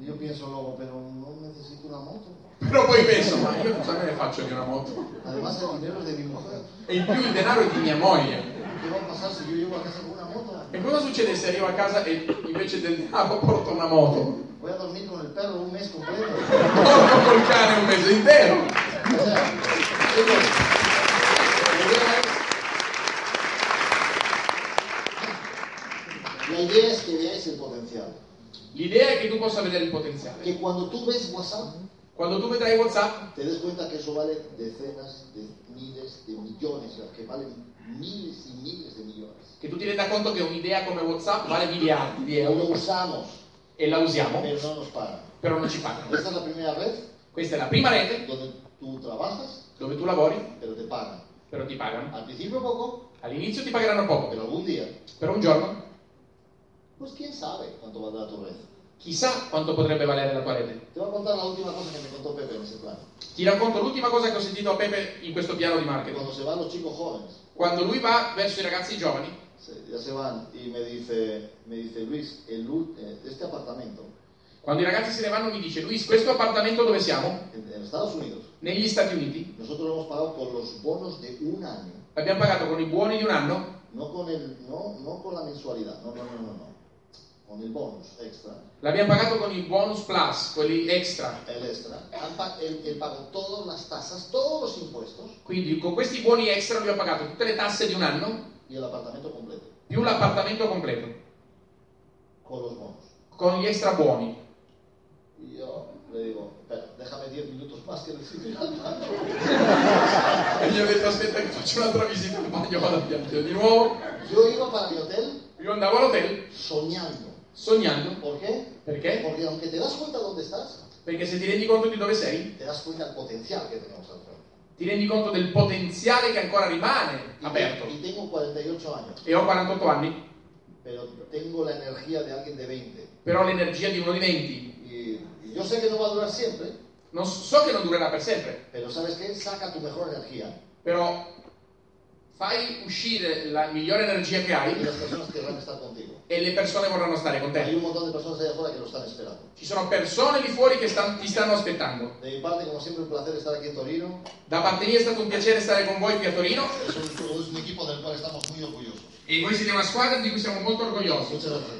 [SPEAKER 1] Y yo pienso luego, pero no necesito una moto.
[SPEAKER 2] Però poi penso, ma io cosa me ne faccio di una moto?
[SPEAKER 1] Además el dinero es de mi mujer.
[SPEAKER 2] E in più il denaro è di mia moglie.
[SPEAKER 1] ¿Qué va a pasar si yo llego a casa con una moto?
[SPEAKER 2] E cosa succede se arrivo a casa e invece del denaro (laughs) porto una moto?
[SPEAKER 1] Voy a dormir con el perro un mes completo.
[SPEAKER 2] Porto col cane un mese intero.
[SPEAKER 1] O sea, digo, la idea es- la idea es que veáis el potencial.
[SPEAKER 2] L'idea è che tu possa vedere il potenziale.
[SPEAKER 1] Que cuando tú ves WhatsApp,
[SPEAKER 2] Quando tu vedrai WhatsApp,
[SPEAKER 1] te des cuenta que eso vale decenas de miles de millones, o sea, que valen miles y miles de millones.
[SPEAKER 2] che tu ti renda conto che un'idea come WhatsApp vale miliardi di
[SPEAKER 1] Aún
[SPEAKER 2] euro
[SPEAKER 1] lo usamos,
[SPEAKER 2] e la usiamo,
[SPEAKER 1] pero no nos pagan.
[SPEAKER 2] però non ci pagano.
[SPEAKER 1] Esta es la primera red
[SPEAKER 2] Questa è la prima rete
[SPEAKER 1] donde tú trabajas,
[SPEAKER 2] dove tu lavori,
[SPEAKER 1] pero te pagan.
[SPEAKER 2] però ti pagano.
[SPEAKER 1] Al principio poco,
[SPEAKER 2] All'inizio ti pagheranno poco,
[SPEAKER 1] pero algún día,
[SPEAKER 2] però un giorno
[SPEAKER 1] pues quién sabe cuánto valdrá tu red.
[SPEAKER 2] chissà quanto potrebbe valere la tua rete.
[SPEAKER 1] Te voy a contar la última cosa que me contó Pepe en ese plan.
[SPEAKER 2] Ti racconto l'ultima cosa che ho sentito a Pepe in questo piano di
[SPEAKER 1] Que
[SPEAKER 2] marketing.
[SPEAKER 1] cuando se van los chicos jóvenes,
[SPEAKER 2] Quando lui va verso i ragazzi giovani,
[SPEAKER 1] se- ya se van y me dice, me dice Luis, el, ul- eh, este apartamento
[SPEAKER 2] Quando i ragazzi se ne vanno mi dice, Luis, questo appartamento dove siamo?
[SPEAKER 1] En, en Estados Unidos,
[SPEAKER 2] Negli Stati Uniti.
[SPEAKER 1] nosotros lo hemos pagado con los bonos de un año,
[SPEAKER 2] L'abbiamo pagato con i buoni di un anno,
[SPEAKER 1] no con, el, no, no con la mensualidad, no, no, no, no, no, con el bonus extra.
[SPEAKER 2] l'abbiamo pagato con i bonus plus, quelli extra.
[SPEAKER 1] El extra. Han pa- Él, él pagó todas las tasas, todos los impuestos
[SPEAKER 2] Quindi con questi buoni extra abbiamo pagato tutte le tasse di un anno,
[SPEAKER 1] y el apartamento completo,
[SPEAKER 2] più l'appartamento completo,
[SPEAKER 1] con los bonos.
[SPEAKER 2] con gli extra buoni.
[SPEAKER 1] Y yo le digo, espera, déjame 10 minutos más que necesito ir al baño.
[SPEAKER 2] E gli ho detto, aspetta che faccio un'altra visita al bagno, vado a piangere di nuovo.
[SPEAKER 1] Yo iba para mi hotel
[SPEAKER 2] Io andavo all'hotel
[SPEAKER 1] soñando.
[SPEAKER 2] sognando.
[SPEAKER 1] ¿Por qué?
[SPEAKER 2] Perché?
[SPEAKER 1] Porque aunque te das cuenta dónde estás,
[SPEAKER 2] Perché se ti rendi conto di dove sei,
[SPEAKER 1] te das cuenta del potencial que tenemos al frente.
[SPEAKER 2] ti rendi conto del potenziale che ancora rimane
[SPEAKER 1] Y-
[SPEAKER 2] aperto.
[SPEAKER 1] Y tengo 48 años,
[SPEAKER 2] E ho 48 anni,
[SPEAKER 1] pero tengo la energía de alguien de 20.
[SPEAKER 2] però ho l'energia di uno di 20.
[SPEAKER 1] Y, y yo sé que no va a durar siempre,
[SPEAKER 2] Non so, so che non durerà per sempre,
[SPEAKER 1] pero ¿sabes qué? Saca tu mejor energía.
[SPEAKER 2] però fai uscire la migliore energia che
[SPEAKER 1] Y
[SPEAKER 2] hai
[SPEAKER 1] las personas querrán estar contigo.
[SPEAKER 2] e le persone vorranno stare con
[SPEAKER 1] Hay
[SPEAKER 2] te.
[SPEAKER 1] un montón de personas allá afuera que lo están esperando.
[SPEAKER 2] Ci sono persone lì fuori che stan- ti stanno aspettando.
[SPEAKER 1] De mi parte, como siempre, un placer estar aquí en Torino.
[SPEAKER 2] Da parte mia è stato un piacere stare con voi qui a Torino
[SPEAKER 1] Es un, es un equipo del cual estamos muy orgullosos.
[SPEAKER 2] e voi siete una squadra di cui siamo molto orgogliosi.
[SPEAKER 1] Muchas gracias.